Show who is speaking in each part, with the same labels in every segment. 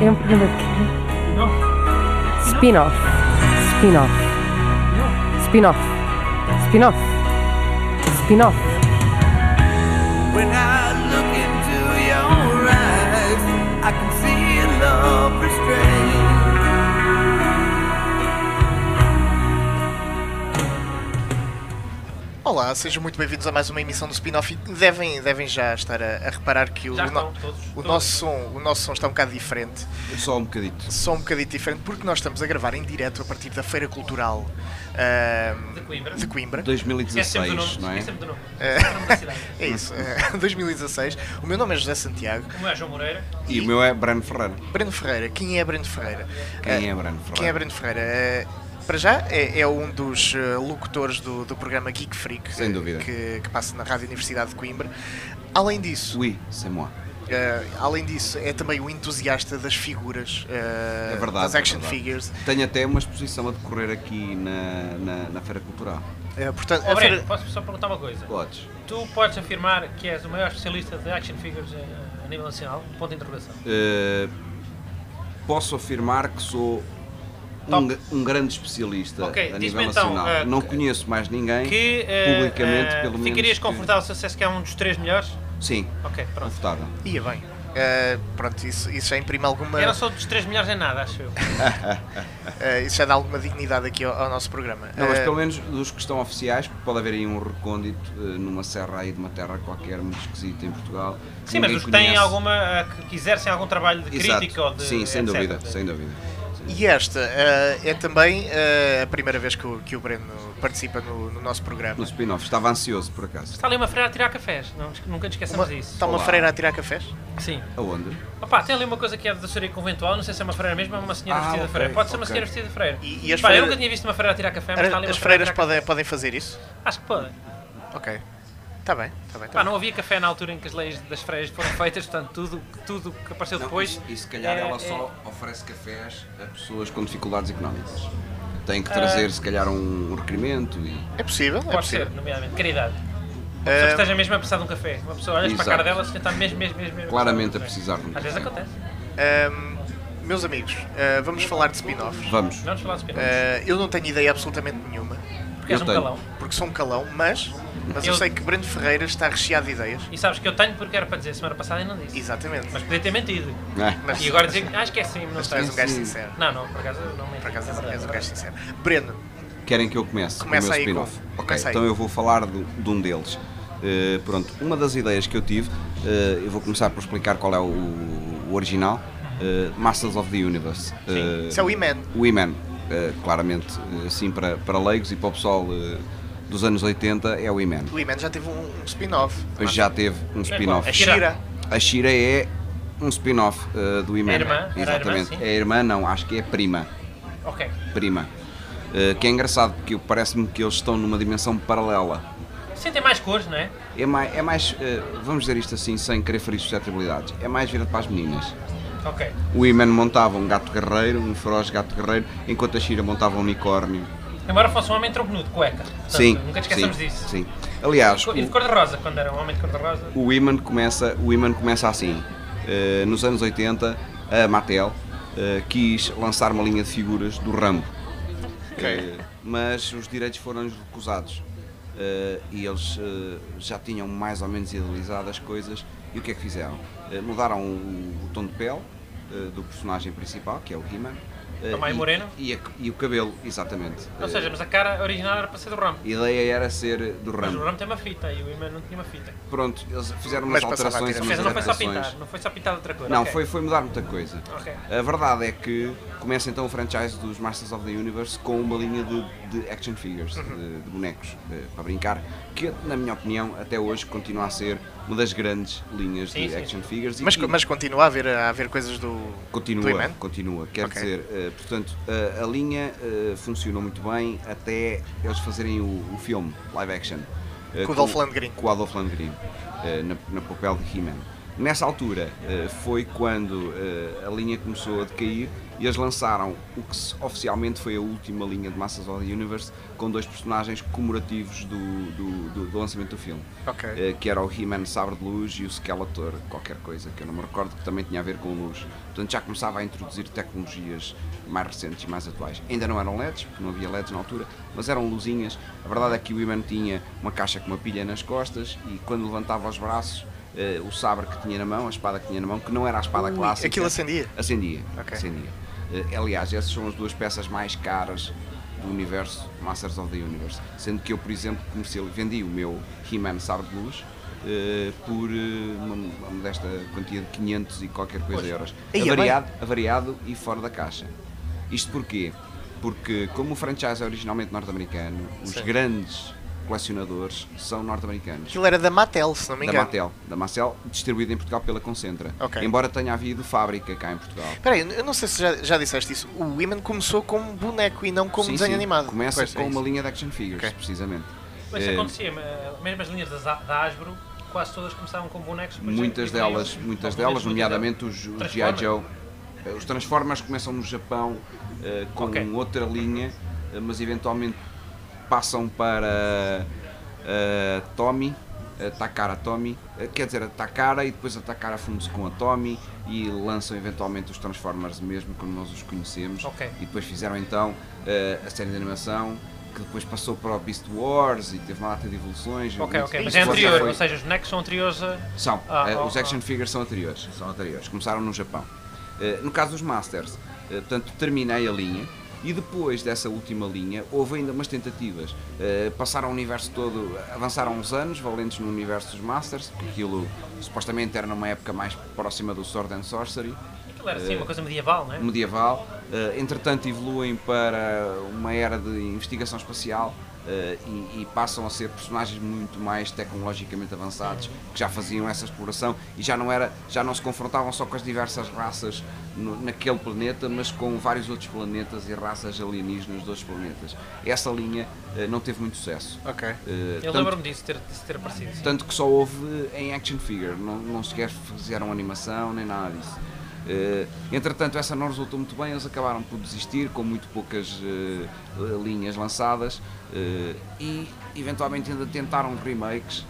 Speaker 1: É um programa de quê? Spin-off. Spin-off. Spin-off. Spin-off. Spin-off.
Speaker 2: When I look into your eyes, I can see a love restrained.
Speaker 3: Olá, sejam muito bem-vindos a mais uma emissão do spin-off. Devem, devem já estar a, a reparar que o,
Speaker 4: Já
Speaker 3: o no-
Speaker 4: estão todos.
Speaker 3: o
Speaker 4: todos.
Speaker 3: nosso som, o nosso som está um bocado diferente.
Speaker 5: Só um bocadito.
Speaker 3: Só um bocadinho diferente porque nós estamos a gravar em direto a partir da Feira Cultural ahm,
Speaker 4: De Coimbra.
Speaker 3: de Coimbra.
Speaker 4: Esquece sempre
Speaker 5: 2016,
Speaker 4: do nome.
Speaker 5: não é?
Speaker 4: Esquece sempre do nome. Esquece o nome da cidade.
Speaker 3: É isso, eh, 2016. O meu nome é José Santiago.
Speaker 4: O meu é João Moreira.
Speaker 5: E o meu é Brano Ferreira.
Speaker 3: Breno Ferreira, quem é Breno Ferreira?
Speaker 5: Quem
Speaker 3: Eh,
Speaker 5: é Brano Ferreira?
Speaker 3: Quem é Breno Ferreira? Eh, para já é, é um dos eh, locutores do, do programa Geek Freak
Speaker 5: Sem
Speaker 3: eh,
Speaker 5: dúvida.
Speaker 3: Que, que passa na Rádio Universidade de Coimbra. Além disso,
Speaker 5: Oui, c'est moi.
Speaker 3: eh, além disso, é também o entusiasta das figuras, eh,
Speaker 5: É verdade.
Speaker 3: das action
Speaker 5: é verdade.
Speaker 3: figures.
Speaker 5: Tenho até uma exposição a decorrer aqui na, na, na Feira Cultural.
Speaker 3: Eh, portanto,
Speaker 4: Ó
Speaker 3: a
Speaker 4: Breno,
Speaker 3: Feira-
Speaker 4: posso só perguntar uma coisa?
Speaker 5: Podes.
Speaker 4: Tu podes afirmar que és o maior especialista de action figures eh, a nível nacional? Ponto de interrogação.
Speaker 5: Eh, posso afirmar que sou um,
Speaker 4: Top.
Speaker 5: gra- um grande especialista
Speaker 4: Ok,
Speaker 5: a
Speaker 4: diz-me
Speaker 5: nível
Speaker 4: então,
Speaker 5: nacional.
Speaker 4: eh,
Speaker 5: não
Speaker 4: que-
Speaker 5: conheço mais ninguém.
Speaker 4: Que eh,
Speaker 5: publicamente,
Speaker 4: eh,
Speaker 5: pelo menos,
Speaker 4: ficarias
Speaker 5: que-
Speaker 4: confortável se dissesse que é um dos três melhores?
Speaker 5: Sim,
Speaker 4: Ok, pronto.
Speaker 5: confortável.
Speaker 3: Ia bem. Eh, pronto, isso, isso já imprime alguma.
Speaker 4: Eu não sou dos três melhores em nada, acho eu.
Speaker 3: eh, isso já dá alguma dignidade aqui ao, ao nosso programa.
Speaker 5: Não, mas
Speaker 3: Eh,
Speaker 5: pelo menos dos que estão oficiais, porque pode haver aí um recôndito eh, numa serra aí de uma terra qualquer muito esquisita em Portugal. que
Speaker 4: Sim, mas
Speaker 5: ninguém
Speaker 4: os que têm
Speaker 5: conhece.
Speaker 4: alguma. eh, que quisessem algum trabalho de
Speaker 5: Exato.
Speaker 4: crítica ou de.
Speaker 5: Sim, sem
Speaker 4: etc.
Speaker 5: dúvida, sem dúvida.
Speaker 3: E esta eh, é também eh, a primeira vez que o, que o Breno participa no, no nosso
Speaker 5: No
Speaker 3: programa.
Speaker 5: spin-off, estava ansioso por acaso.
Speaker 4: Está ali uma freira a tirar cafés, não, nunca nos esqueçamos
Speaker 3: Uma- tá
Speaker 4: disso.
Speaker 3: está uma
Speaker 5: Olá.
Speaker 3: freira a tirar cafés?
Speaker 4: Sim.
Speaker 5: Aonde?
Speaker 4: Opa, tem ali uma coisa que é da Soria Conventual, não sei se é uma freira mesmo ou uma senhora
Speaker 5: Ah,
Speaker 4: vestida de
Speaker 5: ok,
Speaker 4: freira. Pode ser uma
Speaker 5: ok.
Speaker 4: senhora vestida de freira.
Speaker 3: E- e as
Speaker 4: Pá,
Speaker 3: freiras-
Speaker 4: Eu nunca tinha visto uma freira a tirar café, mas está tá ali uma
Speaker 3: As freiras
Speaker 4: a tirar
Speaker 3: podem, podem fazer isso?
Speaker 4: café. Acho que podem.
Speaker 3: Ok. Está bem, está bem. tá
Speaker 4: Pá,
Speaker 3: bem.
Speaker 4: não havia café na altura em que as leis das freiras foram feitas, portanto tudo tudo o que apareceu depois...
Speaker 5: e se calhar
Speaker 4: é-
Speaker 5: ela
Speaker 4: é-
Speaker 5: só oferece cafés a pessoas com dificuldades económicas. Tem que
Speaker 4: Ah.
Speaker 5: trazer, se calhar, um requerimento e.
Speaker 3: É possível, é
Speaker 4: Pode ser,
Speaker 3: possível.
Speaker 4: nomeadamente. Caridade. Uma pessoa que
Speaker 3: Eh,
Speaker 4: esteja mesmo a precisar de um café. Uma pessoa olhas para a
Speaker 5: É. Exato.
Speaker 4: cara dela, se está mesmo, mesmo, mesmo... mesmo
Speaker 5: Claramente a
Speaker 4: precisar
Speaker 5: precisar de um
Speaker 4: de um café. Às vezes
Speaker 5: café.
Speaker 4: acontece.
Speaker 3: ehm, meus amigos, eh, vamos falar de spin-offs.
Speaker 5: Vamos.
Speaker 4: Não nos falas de uh,
Speaker 3: Eh, eu não tenho ideia absolutamente nenhuma,
Speaker 4: Porque és
Speaker 5: É, eu
Speaker 4: um
Speaker 5: tenho.
Speaker 4: calão.
Speaker 3: porque sou um calão, mas, mas eu...
Speaker 4: Eu-
Speaker 3: sei que Breno Ferreira está recheado de ideias.
Speaker 4: E sabes que eu tenho porque era para dizer semana passada e não disse.
Speaker 3: Exatamente.
Speaker 4: Mas podia ter mentido.
Speaker 5: Ah,
Speaker 3: Mas-
Speaker 4: E agora dizer que... Ah, esqueci-me, não
Speaker 3: Mas tu
Speaker 4: sei.
Speaker 3: és um gajo
Speaker 5: Sim.
Speaker 3: sincero.
Speaker 4: Não, não, por acaso não me
Speaker 3: Por acaso
Speaker 4: é
Speaker 3: és-
Speaker 4: verdade.
Speaker 3: és um gajo sincero. Breno,
Speaker 5: Querem que eu comece com o meu
Speaker 3: Começa aí
Speaker 5: spin-off?
Speaker 3: com-
Speaker 5: Ok,
Speaker 3: começa aí.
Speaker 5: então eu vou falar do- de, um deles. Eh, pronto, uma das ideias que eu tive, eh, eu vou começar por explicar qual é o, o original: eh, Masters of the Universe. Eh,
Speaker 3: isso é o He-Man.
Speaker 5: o He-Man, eh, claramente, eh, assim para, para leigos e para o pessoal eh, dos anos 80, é o He-Man.
Speaker 3: O He-Man já teve um, um spin-off.
Speaker 5: Já teve um
Speaker 4: É
Speaker 5: spin-off.
Speaker 3: A Shira.
Speaker 5: A Shira é um spin-off eh, do He-Man.
Speaker 4: É irmã? Era
Speaker 5: Exatamente.
Speaker 4: irmã, sim.
Speaker 5: é irmã, não, acho que é prima.
Speaker 4: Ok.
Speaker 5: Prima. Eh, que é engraçado, porque parece-me que eles estão numa dimensão paralela.
Speaker 4: Sim, tem mais cores, não é?
Speaker 5: É mais, é mais eh, vamos dizer isto assim, sem querer ferir suscetibilidades, é mais virado para as meninas.
Speaker 4: Ok.
Speaker 5: O He-Man montava um gato guerreiro, um feroz gato guerreiro, enquanto a Shira montava um unicórnio.
Speaker 4: Embora fosse um homem tronco nu de cueca. Portanto,
Speaker 5: sim,
Speaker 4: Nunca te esqueçamos
Speaker 5: sim,
Speaker 4: disso.
Speaker 5: Sim. Aliás,
Speaker 4: E de
Speaker 5: o,
Speaker 4: cor-de-rosa, quando era um homem de cor-de-rosa.
Speaker 5: o He-Man começa, o He-Man começa assim. Eh, nos anos 80, a Mattel eh, quis lançar uma linha de figuras do Rambo. Eh, mas os direitos foram-lhes recusados. Eh, e eles eh, já tinham mais ou menos idealizado as coisas. E o que é que fizeram? Eh, mudaram o, o tom de pele eh, do personagem principal, que é o He-Man. eh,
Speaker 4: Também
Speaker 5: e-
Speaker 4: moreno?
Speaker 5: E, a- e o cabelo, exatamente.
Speaker 4: Ou seja, mas a cara original era para ser do Ramo.
Speaker 5: Eh, a ideia era ser do
Speaker 4: Mas o
Speaker 5: Rambo.
Speaker 4: Ramo tem uma fita e o Iman não tinha uma fita.
Speaker 5: Pronto, eles fizeram
Speaker 3: Mas
Speaker 5: umas
Speaker 3: passava a
Speaker 5: alterações
Speaker 3: tirar.
Speaker 5: e umas
Speaker 4: Ou seja, não foi só pintar,
Speaker 5: adaptações.
Speaker 4: não foi só pintar de outra cor.
Speaker 5: Não,
Speaker 4: ok.
Speaker 5: foi, foi mudar muita coisa.
Speaker 4: Ok.
Speaker 5: A verdade é que começa então o franchise dos Masters of the Universe com uma linha de, de action figures,
Speaker 4: Uhum.
Speaker 5: de, de bonecos, eh, para brincar, que na minha opinião até hoje continua a ser uma das grandes linhas
Speaker 4: Sim,
Speaker 5: de
Speaker 4: sim.
Speaker 5: action figures. e-
Speaker 3: Mas,
Speaker 5: e
Speaker 3: mas continua a haver, a haver coisas do, do
Speaker 5: continua,
Speaker 3: He-Man?
Speaker 5: continua. Quer
Speaker 3: Ok.
Speaker 5: dizer, eh, portanto, a, a linha eh, funcionou muito bem até eles fazerem o, o filme live action. eh,
Speaker 3: Com o Dolph Lundgren.
Speaker 5: Com o Adolf Lundgren, eh, na, na papel de He-Man. Nessa altura eh, foi quando eh, a linha começou a decair e eles lançaram o que se- oficialmente foi a última linha de Masters of the Universe com dois personagens comemorativos do, do, do- do lançamento do filme.
Speaker 3: Ok.
Speaker 5: Eh, que era o He-Man Sabre de Luz e o Skeletor qualquer coisa, que eu não me recordo que também tinha a ver com luz. Portanto já começava a introduzir tecnologias mais recentes e mais atuais. Ainda não eram LEDs, porque não havia LEDs na altura, mas eram luzinhas. A verdade é que o He-Man tinha uma caixa com uma pilha nas costas e quando levantava os braços eh, o sabre que tinha na mão, a espada que tinha na mão, que não era a espada
Speaker 3: Ui,
Speaker 5: clássica.
Speaker 3: Hum, aquilo acendia?
Speaker 5: Acendia.
Speaker 3: Ok.
Speaker 5: acendia. Eh, aliás, essas são as duas peças mais caras do universo Masters of the Universe. Sendo que eu, por exemplo, comecei, vendi o meu He-Man Sabre de Luz eh, por eh, uma, uma modesta quantia de 500 e qualquer coisa euros.
Speaker 3: Ia é bem.
Speaker 5: Avariado, avariado e fora da caixa. Isto porquê? Porque, como o franchise é originalmente norte-americano, os
Speaker 3: Sim.
Speaker 5: grandes colecionadores são norte-americanos
Speaker 3: Aquilo é era da Mattel, se não me
Speaker 5: da
Speaker 3: engano.
Speaker 5: Mattel, da Mattel, distribuída em Portugal pela Concentra.
Speaker 3: Ok.
Speaker 5: Embora tenha havido fábrica cá em Portugal.
Speaker 3: Espera aí, eu não sei se já, já disseste isso. O Women começou como boneco e não como
Speaker 5: Sim,
Speaker 3: desenho
Speaker 5: sim,
Speaker 3: animado.
Speaker 5: Começa
Speaker 3: Pois, é
Speaker 5: com
Speaker 3: isso.
Speaker 5: uma linha de action figures,
Speaker 3: Ok.
Speaker 5: precisamente.
Speaker 4: Mas
Speaker 5: Eh,
Speaker 4: isso acontecia, eh, mesmo as linhas da, Za- da Hasbro, quase todas começavam com bonecos. depois
Speaker 5: muitas
Speaker 4: evoluíam,
Speaker 5: delas, muitas
Speaker 4: algumas
Speaker 5: delas,
Speaker 4: vezes,
Speaker 5: nomeadamente os, os G.I.
Speaker 4: Transformers.
Speaker 5: Joe. Eh, Os Transformers começam no Japão eh, com
Speaker 4: Ok.
Speaker 5: outra linha, eh, mas eventualmente passam para eh, Tommy, eh, Takara Tommy, eh, quer dizer, a Takara e depois a Takara funde-se com a Tommy e lançam eventualmente os Transformers mesmo como nós os conhecemos.
Speaker 4: Ok.
Speaker 5: E depois fizeram então eh, a série de animação que depois passou para o Beast Wars e teve uma data de evoluções.
Speaker 4: Ok, ok,
Speaker 5: Isso
Speaker 4: mas é
Speaker 5: já
Speaker 4: anterior,
Speaker 5: foi-
Speaker 4: ou seja, os bonecos são anteriores a...
Speaker 5: são.
Speaker 4: Ah,
Speaker 5: Eh,
Speaker 4: ah,
Speaker 5: os action figures são anteriores. São anteriores. Começaram no Japão. Eh, no caso dos Masters, eh, portanto, terminei a linha e depois dessa última linha houve ainda umas tentativas. Eh, passaram o universo todo, avançaram uns anos valentes no universo dos Masters, porque aquilo supostamente era numa época mais próxima do Sword and Sorcery
Speaker 4: Aquilo era
Speaker 5: eh,
Speaker 4: assim, uma coisa medieval, não é?
Speaker 5: medieval. eh, entretanto, evoluem para uma era de investigação espacial eh, e, e passam a ser personagens muito mais tecnologicamente avançados que já faziam essa exploração e já não era, já não se confrontavam só com as diversas raças no- naquele planeta, mas com vários outros planetas e raças alienígenas de outros planetas. Essa linha eh, não teve muito sucesso.
Speaker 3: Ok.
Speaker 5: Eh,
Speaker 4: Eu
Speaker 5: tanto-
Speaker 4: lembro-me disso, ter, disso ter aparecido. sim.
Speaker 5: tanto que só houve em action figure, não, não sequer fizeram animação nem nada disso. Eh, entretanto, essa não resultou muito bem, eles acabaram por desistir, com muito poucas eh, linhas lançadas eh, e eventualmente ainda tentaram remakes,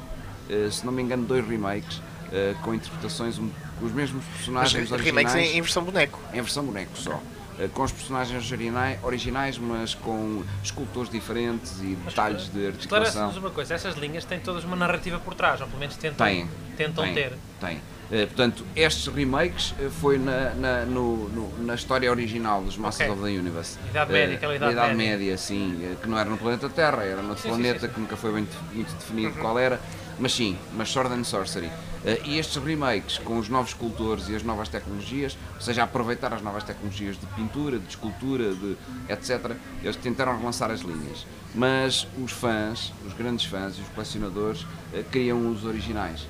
Speaker 5: eh, se não me engano, dois remakes eh, com interpretações, um, os mesmos
Speaker 3: Mas
Speaker 5: personagens
Speaker 3: remakes
Speaker 5: originais
Speaker 3: em, em versão boneco.
Speaker 5: em versão boneco só. eh, Com os personagens originai- originais, mas com escultores diferentes e detalhes de articulação.
Speaker 4: Esclarece-nos uma coisa, essas linhas têm todas uma narrativa por trás, ou pelo menos tentam,
Speaker 5: Tem.
Speaker 4: tentam
Speaker 5: tem,
Speaker 4: ter.
Speaker 5: Tem. Eh, portanto, estes remakes eh, foi na, na, no- no- na história original dos Masters
Speaker 4: Ok.
Speaker 5: of the Universe.
Speaker 4: Idade Média,
Speaker 5: Eh,
Speaker 4: aquela
Speaker 5: na
Speaker 4: Idade
Speaker 5: Idade
Speaker 4: Média.
Speaker 5: Média, sim, eh, que não era no planeta Terra, era noutro
Speaker 4: Sim, sim,
Speaker 5: planeta
Speaker 4: sim, Uhum.
Speaker 5: que nunca foi bem, def- muito definido qual era, mas sim, mas Sword and Sorcery. Eh, e estes remakes, com os novos escultores e as novas tecnologias, ou seja, aproveitar as novas tecnologias de pintura, de escultura, de etc., eles tentaram relançar as linhas. Mas os fãs, os grandes fãs e os colecionadores, eh, queriam os originais.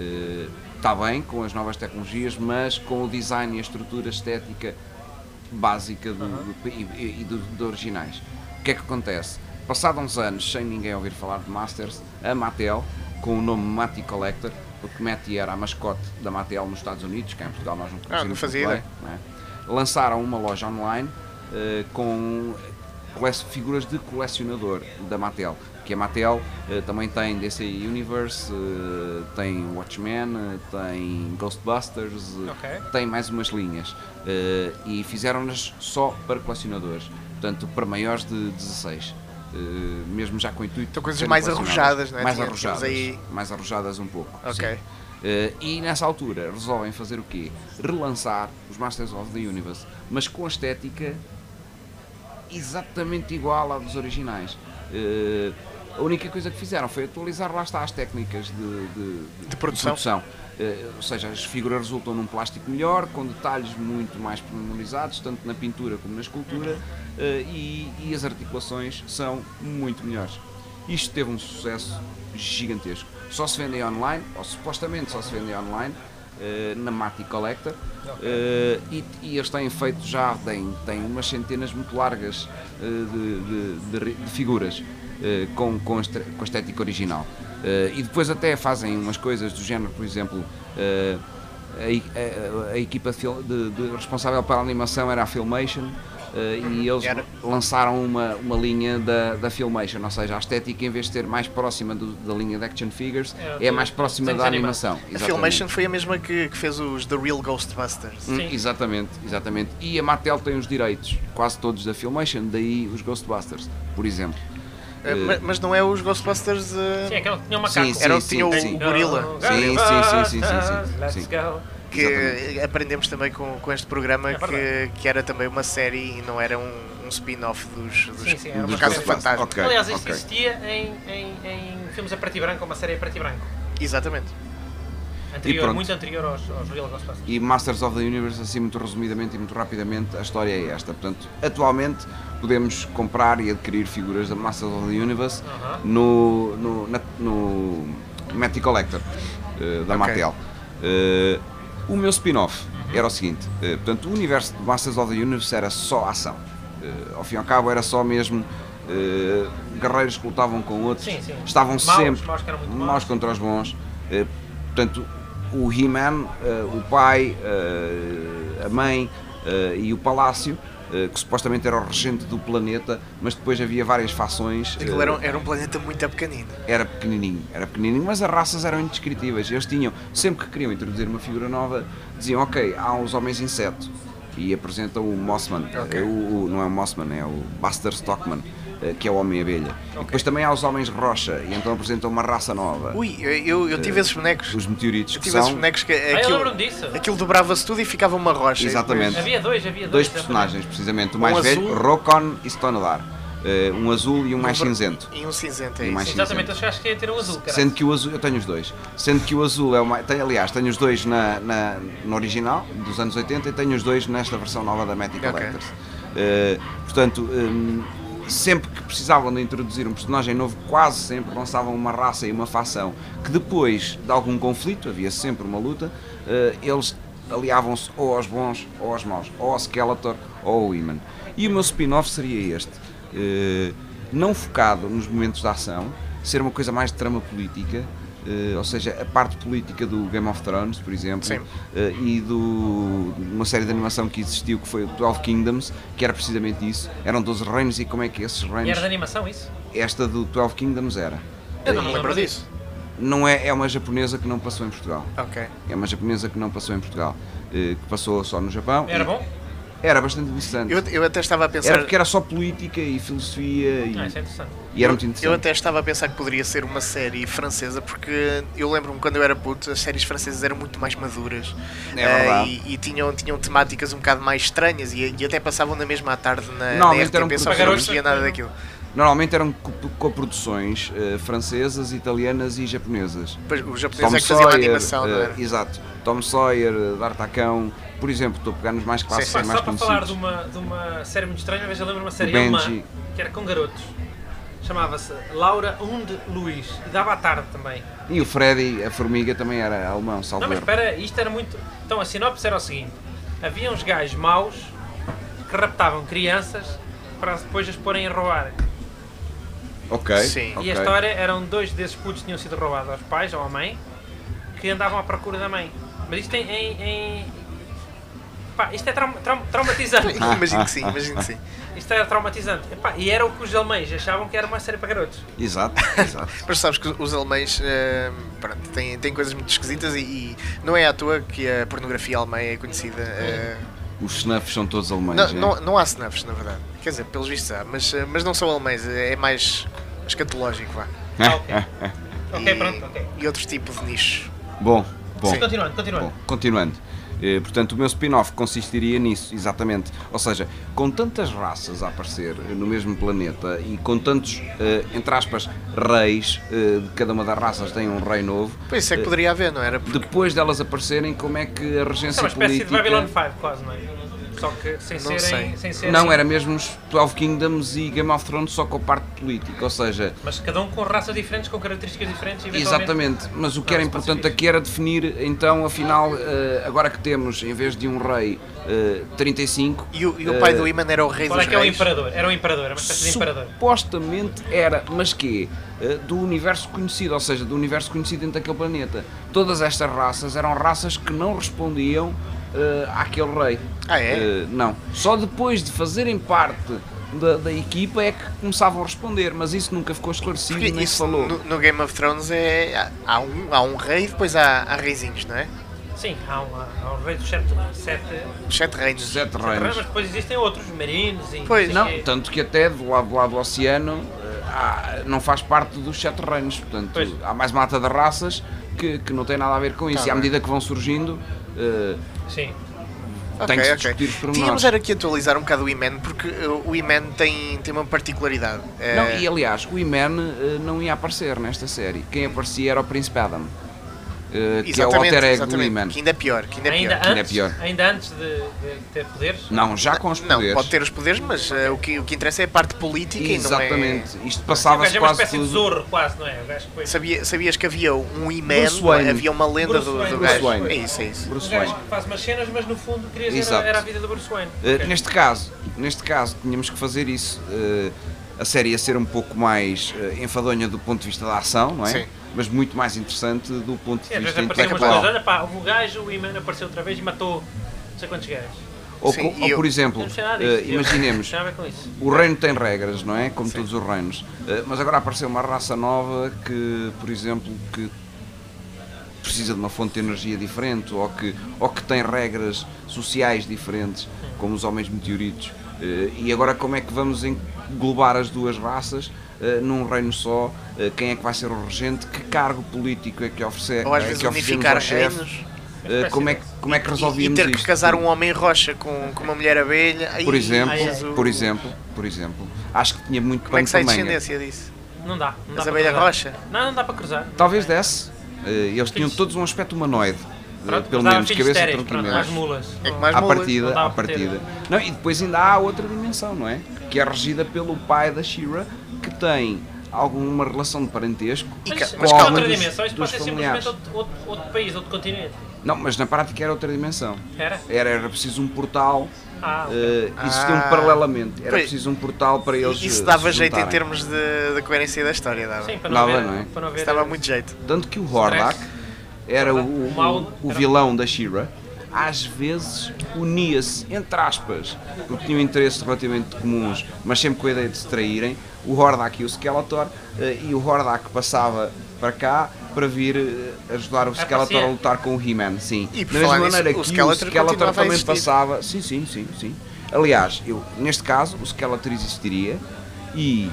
Speaker 5: Eh, Está bem com as novas tecnologias, mas com o design e a estrutura estética básica do, do- e, e do- de originais. O que é que acontece? Passados uns anos, sem ninguém ouvir falar de Masters, a Mattel, com o nome Matty Collector, porque Matty era a mascote da Mattel nos Estados Unidos, que em Portugal nós não conhecemos
Speaker 3: Ah, não
Speaker 5: muito
Speaker 3: fazia
Speaker 5: bem,
Speaker 3: ideia.
Speaker 5: não é? lançaram uma loja online eh, com cole- figuras de colecionador da Mattel, que a Mattel eh, também tem DC Universe, eh, tem Watchmen, eh, tem Ghostbusters, eh,
Speaker 4: Ok.
Speaker 5: tem mais umas linhas eh, e fizeram-nas só para colecionadores, portanto para maiores de 16. eh, mesmo já com o intuito
Speaker 3: Então,
Speaker 5: de
Speaker 3: coisas
Speaker 5: serem
Speaker 3: mais
Speaker 5: colecionadas.
Speaker 3: arrojadas, não é?
Speaker 5: mais
Speaker 3: Tinha- tínhamos
Speaker 5: arrojadas
Speaker 3: aí-
Speaker 5: mais arrojadas um pouco
Speaker 3: Ok.
Speaker 5: sim. Eh, e nessa altura resolvem fazer o quê? Relançar os Masters of the Universe, mas com a estética exatamente igual à dos originais. Eh, a única coisa que fizeram foi atualizar lá está as técnicas de, de- de
Speaker 3: produção.
Speaker 5: Eh, ou seja, as figuras resultam num plástico melhor, com detalhes muito mais pormenorizados, tanto na pintura como na escultura, eh, e, e as articulações são muito melhores. Isto teve um sucesso gigantesco. Só se vendem online, ou supostamente só se vendem online, eh, na Mati Collector, eh, e, e eles têm feito já, têm, têm umas centenas muito largas eh, de, de- de ri- de figuras eh, com, com, a estre- com a estética original. Eh, e depois até fazem umas coisas do género, por exemplo, eh, a e- a, a equipa de fil- de- de- responsável pela animação era a Filmation eh, e eles
Speaker 3: Era.
Speaker 5: lançaram uma, uma linha da, da Filmation, ou seja, a estética em vez de ser mais próxima do- da linha de action figures
Speaker 4: Era
Speaker 5: é mais próxima
Speaker 4: desenhos
Speaker 5: da animação.
Speaker 3: A
Speaker 5: Exatamente.
Speaker 3: Filmation foi a mesma que, que fez os The Real Ghostbusters.
Speaker 5: Hum,
Speaker 4: Sim.
Speaker 5: exatamente, exatamente. E a Mattel tem os direitos, quase todos da Filmation, daí os Ghostbusters, por exemplo.
Speaker 3: Eh, ma- mas não é os Ghostbusters. eh,
Speaker 4: Sim, aquele que tinha um macaco.
Speaker 5: Sim, sim,
Speaker 3: era o que
Speaker 5: sim,
Speaker 3: tinha o
Speaker 5: sim.
Speaker 3: gorila.
Speaker 4: Go,
Speaker 5: Sim,
Speaker 4: Ghostbusters,
Speaker 5: sim, sim, sim, sim,
Speaker 4: Let's
Speaker 5: sim.
Speaker 4: go.
Speaker 3: que
Speaker 5: Exatamente.
Speaker 3: aprendemos também com, com este programa
Speaker 4: É
Speaker 3: que,
Speaker 4: verdade.
Speaker 3: que era também uma série e não era um, um spin-off dos, dos,
Speaker 4: Sim, sim, era
Speaker 3: dos
Speaker 4: uma
Speaker 3: Casos
Speaker 4: série.
Speaker 3: Fantasma.
Speaker 5: Ok,
Speaker 4: Aliás, isto
Speaker 5: ok.
Speaker 4: existia em, em, em filmes a preto e branco, uma série a preto e branco.
Speaker 3: Exatamente.
Speaker 4: Anterior,
Speaker 5: pronto.
Speaker 4: muito anterior aos, aos Real Ghostbusters.
Speaker 5: E Masters of the Universe, assim muito resumidamente e muito rapidamente, a história é esta. Portanto, atualmente podemos comprar e adquirir figuras da Masters of the Universe
Speaker 4: Aham.
Speaker 5: no, no, na, no Matty Collector eh, da
Speaker 3: Ok.
Speaker 5: Mattel. Eh, o meu spin-off
Speaker 4: Uhum.
Speaker 5: era o seguinte: eh, portanto, o universo de Masters of the Universe era só ação. Eh, ao fim e ao cabo, era só mesmo eh, guerreiros que lutavam com outros,
Speaker 4: Sim, sim.
Speaker 5: estavam
Speaker 4: Maus,
Speaker 5: sempre
Speaker 4: maus que eram muito maus.
Speaker 5: maus contra os bons. Eh, portanto, o He-Man, eh, o pai, eh, a mãe eh, e o palácio, eh, que supostamente era o regente do planeta, mas depois havia várias fações.
Speaker 3: Aquilo
Speaker 5: eh,
Speaker 3: era, um- era um planeta muito pequenino.
Speaker 5: era pequenininho, era pequenininho, mas as raças eram indescritíveis. Eles tinham, sempre que queriam introduzir uma figura nova, diziam, ok, há os homens inseto. E apresentam o Mossman, eh, o, o- não é o Mossman, é o Buster Stockman, eh, que é o Homem-Abelha. E depois também há os homens rocha, e então apresentam uma raça nova.
Speaker 3: Ui, eu, eu tive esses bonecos.
Speaker 5: Eh, Os meteoritos
Speaker 3: Eu
Speaker 5: que
Speaker 3: tive esses
Speaker 5: são
Speaker 3: bonecos que
Speaker 4: Ah, eu
Speaker 3: aquilo,
Speaker 4: lembro-me disso.
Speaker 3: aquilo dobrava-se tudo e ficava uma rocha. E
Speaker 5: Exatamente.
Speaker 3: depois-
Speaker 4: Havia dois, havia
Speaker 5: dois
Speaker 4: dois.
Speaker 5: personagens, precisamente. O mais
Speaker 3: Um
Speaker 5: velho,
Speaker 3: azul.
Speaker 5: Rokon e Stonelar. Eh, Um azul e um mais cinzento.
Speaker 3: E um cinzento, é
Speaker 5: E
Speaker 3: isso.
Speaker 5: mais-
Speaker 4: Exatamente, eu acho que ia ter um azul, cara.
Speaker 5: Sendo que o azul, eu tenho os dois. Sendo que o azul é o mais. Tem, aliás, tenho os dois na, na, no original, dos anos 80, e tenho os dois nesta versão nova da Magic
Speaker 3: Ok.
Speaker 5: Collectors. Eh, portanto, hum, sempre que precisavam de introduzir um personagem novo, quase sempre lançavam uma raça e uma facção que depois de algum conflito, havia sempre uma luta, eh, eles aliavam-se ou aos bons ou aos maus, ou ao Skeletor ou ao Iman. E o meu spin-off seria este. eh, não focado nos momentos de ação, ser uma coisa mais de trama política, eh, ou seja, a parte política do Game of Thrones, por exemplo,
Speaker 3: Sim.
Speaker 5: eh, e do, de uma série de animação que existiu que foi o 12 Kingdoms, que era precisamente isso. Eram 12 reinos e como é que esses
Speaker 4: E
Speaker 5: reinos.
Speaker 4: era de animação isso?
Speaker 5: Esta do 12 Kingdoms era.
Speaker 3: Eu não me
Speaker 4: Não
Speaker 3: lembro
Speaker 4: lembro
Speaker 3: disso.
Speaker 5: Não é, é uma japonesa que não passou em Portugal.
Speaker 3: Ok.
Speaker 5: É uma japonesa que não passou em Portugal, eh, que passou só no Japão.
Speaker 4: Era
Speaker 5: E
Speaker 4: bom?
Speaker 5: Era bastante interessante.
Speaker 3: Eu, eu até estava a pensar.
Speaker 5: Era porque era só política e filosofia e,
Speaker 4: Ah, isso é interessante.
Speaker 5: e era muito interessante.
Speaker 3: Eu até estava a pensar que poderia ser uma série francesa, porque eu lembro-me quando eu era puto, as séries francesas eram muito mais maduras
Speaker 5: É
Speaker 3: Ah,
Speaker 5: verdade.
Speaker 3: e, e tinham, tinham temáticas um bocado mais estranhas e, e até passavam na mesma à tarde na, na
Speaker 5: Normalmente eram
Speaker 3: RTP, só que eu não
Speaker 4: programas-
Speaker 3: percebia nada daquilo.
Speaker 5: Normalmente eram co- coproduções eh, francesas, italianas e japonesas.
Speaker 3: Pois, os japoneses
Speaker 5: Tom
Speaker 3: é que faziam a
Speaker 5: Sawyer,
Speaker 3: animação, não
Speaker 5: eh,
Speaker 3: era?
Speaker 5: exato. Tom Sawyer, eh, D'Artacão, por exemplo, estou a pegar nos mais clássicos
Speaker 4: Pá,
Speaker 5: e mais
Speaker 4: só para falar de
Speaker 5: conhecidos.
Speaker 4: uma, de uma série muito estranha, mas eu lembro uma série
Speaker 5: Benji.
Speaker 4: alemã que era com garotos. Chamava-se Laura und Luís. E dava à tarde também.
Speaker 5: E o Freddy, a formiga, também era alemão, salvo
Speaker 4: Não, mas
Speaker 5: erro.
Speaker 4: espera, isto era muito. Então a sinopse era o seguinte: havia uns gajos maus que raptavam crianças para depois as porem a roubar.
Speaker 5: Ok,
Speaker 3: Sim.
Speaker 5: ok.
Speaker 4: E a história eram dois desses putos que tinham sido roubados aos pais ou à mãe que andavam à procura da mãe. Mas isto em. em, em- Pá, isto é trauma- trauma- traumatizante.
Speaker 5: Ah.
Speaker 3: imagino que sim, imagino que sim.
Speaker 4: Isto era traumatizante. Epá, e era o que os alemães achavam que era uma série para garotos.
Speaker 5: Exato, exato.
Speaker 3: Mas sabes que os alemães eh, pronto, têm, têm coisas muito esquisitas e, e não é à toa que a pornografia alemã é conhecida. eh,
Speaker 5: Os snuffs são todos alemães,
Speaker 3: não,
Speaker 5: é?
Speaker 3: não, não há snuffs, na verdade. Quer dizer, pelos vistos há, mas, eh, mas não são alemães, é mais escatológico, vá.
Speaker 4: Ah, ok. ok,
Speaker 3: e,
Speaker 4: pronto, ok.
Speaker 3: E outro tipo de nicho.
Speaker 5: Bom, bom.
Speaker 3: Sim.
Speaker 4: Continuando, continuando.
Speaker 5: Bom, continuando. Eh, portanto, o meu spin-off consistiria nisso, exatamente. Ou seja, com tantas raças a aparecer eh, no mesmo planeta e com tantos, eh, entre aspas, reis, eh, de cada uma das raças tem um rei novo,
Speaker 3: Pois isso é que poderia haver, não era? Porque
Speaker 5: depois delas aparecerem, como é que a
Speaker 4: Isso é
Speaker 5: regência
Speaker 4: uma espécie de
Speaker 5: política.
Speaker 4: Babylon 5, quase, não é? Só que sem
Speaker 3: Não
Speaker 4: serem.
Speaker 3: sei.
Speaker 4: Sem serem
Speaker 5: Não, era mesmo os 12 Kingdoms e Game of Thrones só com a parte política, ou seja,
Speaker 4: Mas cada um com raças diferentes, com características diferentes. e eventualmente-
Speaker 5: Exatamente, mas o que
Speaker 4: Não,
Speaker 5: era
Speaker 4: isso pode ser
Speaker 5: importante
Speaker 4: fixe.
Speaker 5: aqui era definir, então, afinal, eh, agora que temos, em vez de um rei, eh, 35,
Speaker 3: E o, e o pai do Iman era o rei
Speaker 4: Qual
Speaker 3: dos
Speaker 4: é que é o
Speaker 3: reis.
Speaker 4: imperador? Era um imperador, era uma espécie de imperador.
Speaker 5: supostamente era, mas quê? Eh, do universo conhecido, ou seja, do universo conhecido dentro daquele planeta. Todas estas raças eram raças que não respondiam eh, àquele rei.
Speaker 3: Ah, é?
Speaker 5: Eh, não. Só depois de fazerem parte da, da equipa é que começavam a responder, mas isso nunca ficou esclarecido,
Speaker 3: Porque
Speaker 5: nem se
Speaker 3: isso
Speaker 5: falou.
Speaker 3: no, no Game of Thrones é. há- Há um, há um rei e depois há, há reizinhos, não é?
Speaker 4: Sim, há um, há um rei dos sete. sete
Speaker 3: Os Sete reinos.
Speaker 5: Sete
Speaker 4: mas
Speaker 5: reinos.
Speaker 4: depois existem outros, marinos e.
Speaker 3: Pois,
Speaker 4: sei
Speaker 5: Não,
Speaker 4: quê.
Speaker 5: tanto que até do lado, do lado do oceano eh, há- não faz parte dos sete reinos, portanto
Speaker 4: Pois. Tá
Speaker 5: há mais uma data de raças que, que não tem nada a ver com isso. e à medida que vão surgindo, eh,
Speaker 4: Sim.
Speaker 3: Ok,
Speaker 5: Tem que se
Speaker 3: ok.
Speaker 5: discutir os pormenores.
Speaker 3: Tínhamos era que atualizar um bocado o Iman, porque uh, o Iman tem, tem uma particularidade. É,
Speaker 5: não, e aliás, o Iman eh, não ia aparecer nesta série. Quem aparecia era o Príncipe Adam, eh, que é o alter ego do Iman.
Speaker 3: Que ainda é pior, que ainda é pior.
Speaker 4: Ainda
Speaker 5: pior.
Speaker 4: antes,
Speaker 5: Ainda é pior.
Speaker 4: ainda antes de, de ter poderes.
Speaker 5: Não, já com os
Speaker 3: Não,
Speaker 5: poderes.
Speaker 3: pode ter os poderes, mas uh, o, que, o que interessa é a parte política e é-
Speaker 5: Exatamente, isto
Speaker 4: O gajo
Speaker 5: passava-se
Speaker 4: é uma
Speaker 5: quase
Speaker 4: espécie de
Speaker 5: tudo.
Speaker 4: zorro, quase, não é? O gajo que
Speaker 3: não é.
Speaker 4: foi.
Speaker 3: Sabia, sabias que havia um Iman,
Speaker 5: Bruce Wayne.
Speaker 3: havia uma lenda
Speaker 4: Bruce
Speaker 3: do,
Speaker 4: Wayne.
Speaker 3: do
Speaker 4: Bruce
Speaker 3: gajo.
Speaker 5: Wayne.
Speaker 3: É isso, é isso.
Speaker 4: O
Speaker 5: Bruce Wayne.
Speaker 4: gajo que faz umas cenas, mas no fundo querias
Speaker 5: Exato.
Speaker 4: era, era a vida do Bruce Wayne.
Speaker 5: Uh,
Speaker 4: Ok.
Speaker 5: Neste caso, neste caso, tínhamos que fazer isso. uh, a série ia ser um pouco mais uh, enfadonha do ponto de vista da ação, não é?
Speaker 3: Sim.
Speaker 5: Mas muito mais interessante do ponto de
Speaker 4: Sim, às vezes
Speaker 5: vista
Speaker 4: apareceu umas
Speaker 5: intelectual.
Speaker 4: coisas. Olha pá, o gajo, o Iman apareceu outra vez e matou não sei quantos gajos.
Speaker 5: Ou,
Speaker 3: Sim,
Speaker 5: co- ou,
Speaker 3: e eu-
Speaker 5: por exemplo,
Speaker 4: Não sei nada
Speaker 5: uh,
Speaker 4: disso. tio.
Speaker 5: imaginemos,
Speaker 4: Não tem nada a ver com isso.
Speaker 5: o reino tem regras, não é? Como todos os reinos. Uh, mas agora apareceu uma raça nova que, por exemplo, que precisa de uma fonte de energia diferente ou que, ou que tem regras sociais diferentes, como os homens meteoritos. Eh, E agora, como é que vamos englobar as duas raças eh, num reino só? Eh, Quem é que vai ser o regente? Que cargo político é que, oferece,
Speaker 3: Ou às
Speaker 5: é
Speaker 3: vezes
Speaker 5: que oferecemos
Speaker 3: unificar
Speaker 5: ao chefe?
Speaker 3: reinos.
Speaker 5: Eh, Como é, que- como é que
Speaker 3: E, e
Speaker 5: resolvíamos
Speaker 3: ter que
Speaker 5: isto?
Speaker 3: casar um homem rocha com, com uma mulher abelha. Ai,
Speaker 5: Por exemplo,
Speaker 4: Ai, ai.
Speaker 5: por exemplo, né? por exemplo, acho que tinha muito
Speaker 3: é Como é que sai a
Speaker 5: pano para manga.
Speaker 3: descendência disso?
Speaker 4: Não dá. Não dá
Speaker 3: As
Speaker 4: para
Speaker 3: abelhas
Speaker 4: cruzar.
Speaker 3: rocha?
Speaker 4: Não, não dá para cruzar.
Speaker 5: Talvez desse. Eh, Eles tinham
Speaker 4: Fixe.
Speaker 5: todos um aspecto humanoide. eh,
Speaker 4: Pronto,
Speaker 5: Pelo
Speaker 4: mas dava
Speaker 5: menos,
Speaker 4: filhos
Speaker 5: cabeça,
Speaker 4: estéreis,
Speaker 5: tronco e
Speaker 4: pronto,
Speaker 5: membros.
Speaker 4: mais mulas.
Speaker 3: É que mais
Speaker 5: à
Speaker 3: molas.
Speaker 5: partida,
Speaker 4: Não dá
Speaker 5: à
Speaker 4: para ter,
Speaker 5: partida.
Speaker 3: né?
Speaker 5: Não, e depois ainda há outra dimensão, não é? Que é regida pelo pai da Shira, que tem alguma relação de parentesco.
Speaker 4: Mas,
Speaker 3: ca-
Speaker 4: mas
Speaker 5: com
Speaker 4: que
Speaker 5: alguns
Speaker 4: outra
Speaker 5: dos-
Speaker 4: dimensão? Isto
Speaker 5: dos
Speaker 4: pode ser
Speaker 5: familiares.
Speaker 4: simplesmente outro, outro, outro país, outro continente.
Speaker 5: Não, mas na prática era outra dimensão.
Speaker 4: Era?
Speaker 5: Era, era preciso um portal.
Speaker 4: Ah, ok.
Speaker 5: eh, existia um
Speaker 3: Ah.
Speaker 5: paralelamente. Era
Speaker 3: Pois.
Speaker 5: preciso um portal para eles.
Speaker 3: Isso
Speaker 5: eh,
Speaker 3: dava
Speaker 5: se
Speaker 3: jeito em
Speaker 5: juntarem.
Speaker 3: termos de, de coerência da história, dava.
Speaker 4: Sim, para
Speaker 5: Lá
Speaker 4: não,
Speaker 5: vai,
Speaker 4: ver,
Speaker 5: não é?
Speaker 4: para não ver.
Speaker 3: Isso dava muito jeito.
Speaker 5: Tanto que o Hordak era o, o-
Speaker 4: O mau-
Speaker 5: o
Speaker 4: era-
Speaker 5: vilão da She-Ra, às vezes unia-se, entre aspas, porque tinham interesses relativamente comuns, mas sempre com a ideia de se traírem, o Hordak e o Skeletor, eh, e o Hordak passava para cá para vir eh, ajudar o Skeletor a
Speaker 4: passear.
Speaker 5: lutar com o He-Man, sim.
Speaker 3: E por
Speaker 5: da
Speaker 3: falar
Speaker 5: mesma
Speaker 3: nisso,
Speaker 5: maneira
Speaker 3: o
Speaker 5: que o
Speaker 3: Skeletor
Speaker 5: Skeletor,
Speaker 3: continuava a
Speaker 5: também
Speaker 3: existir.
Speaker 5: passava, sim, sim, sim, sim. Aliás, eu, neste caso, o Skeletor existiria e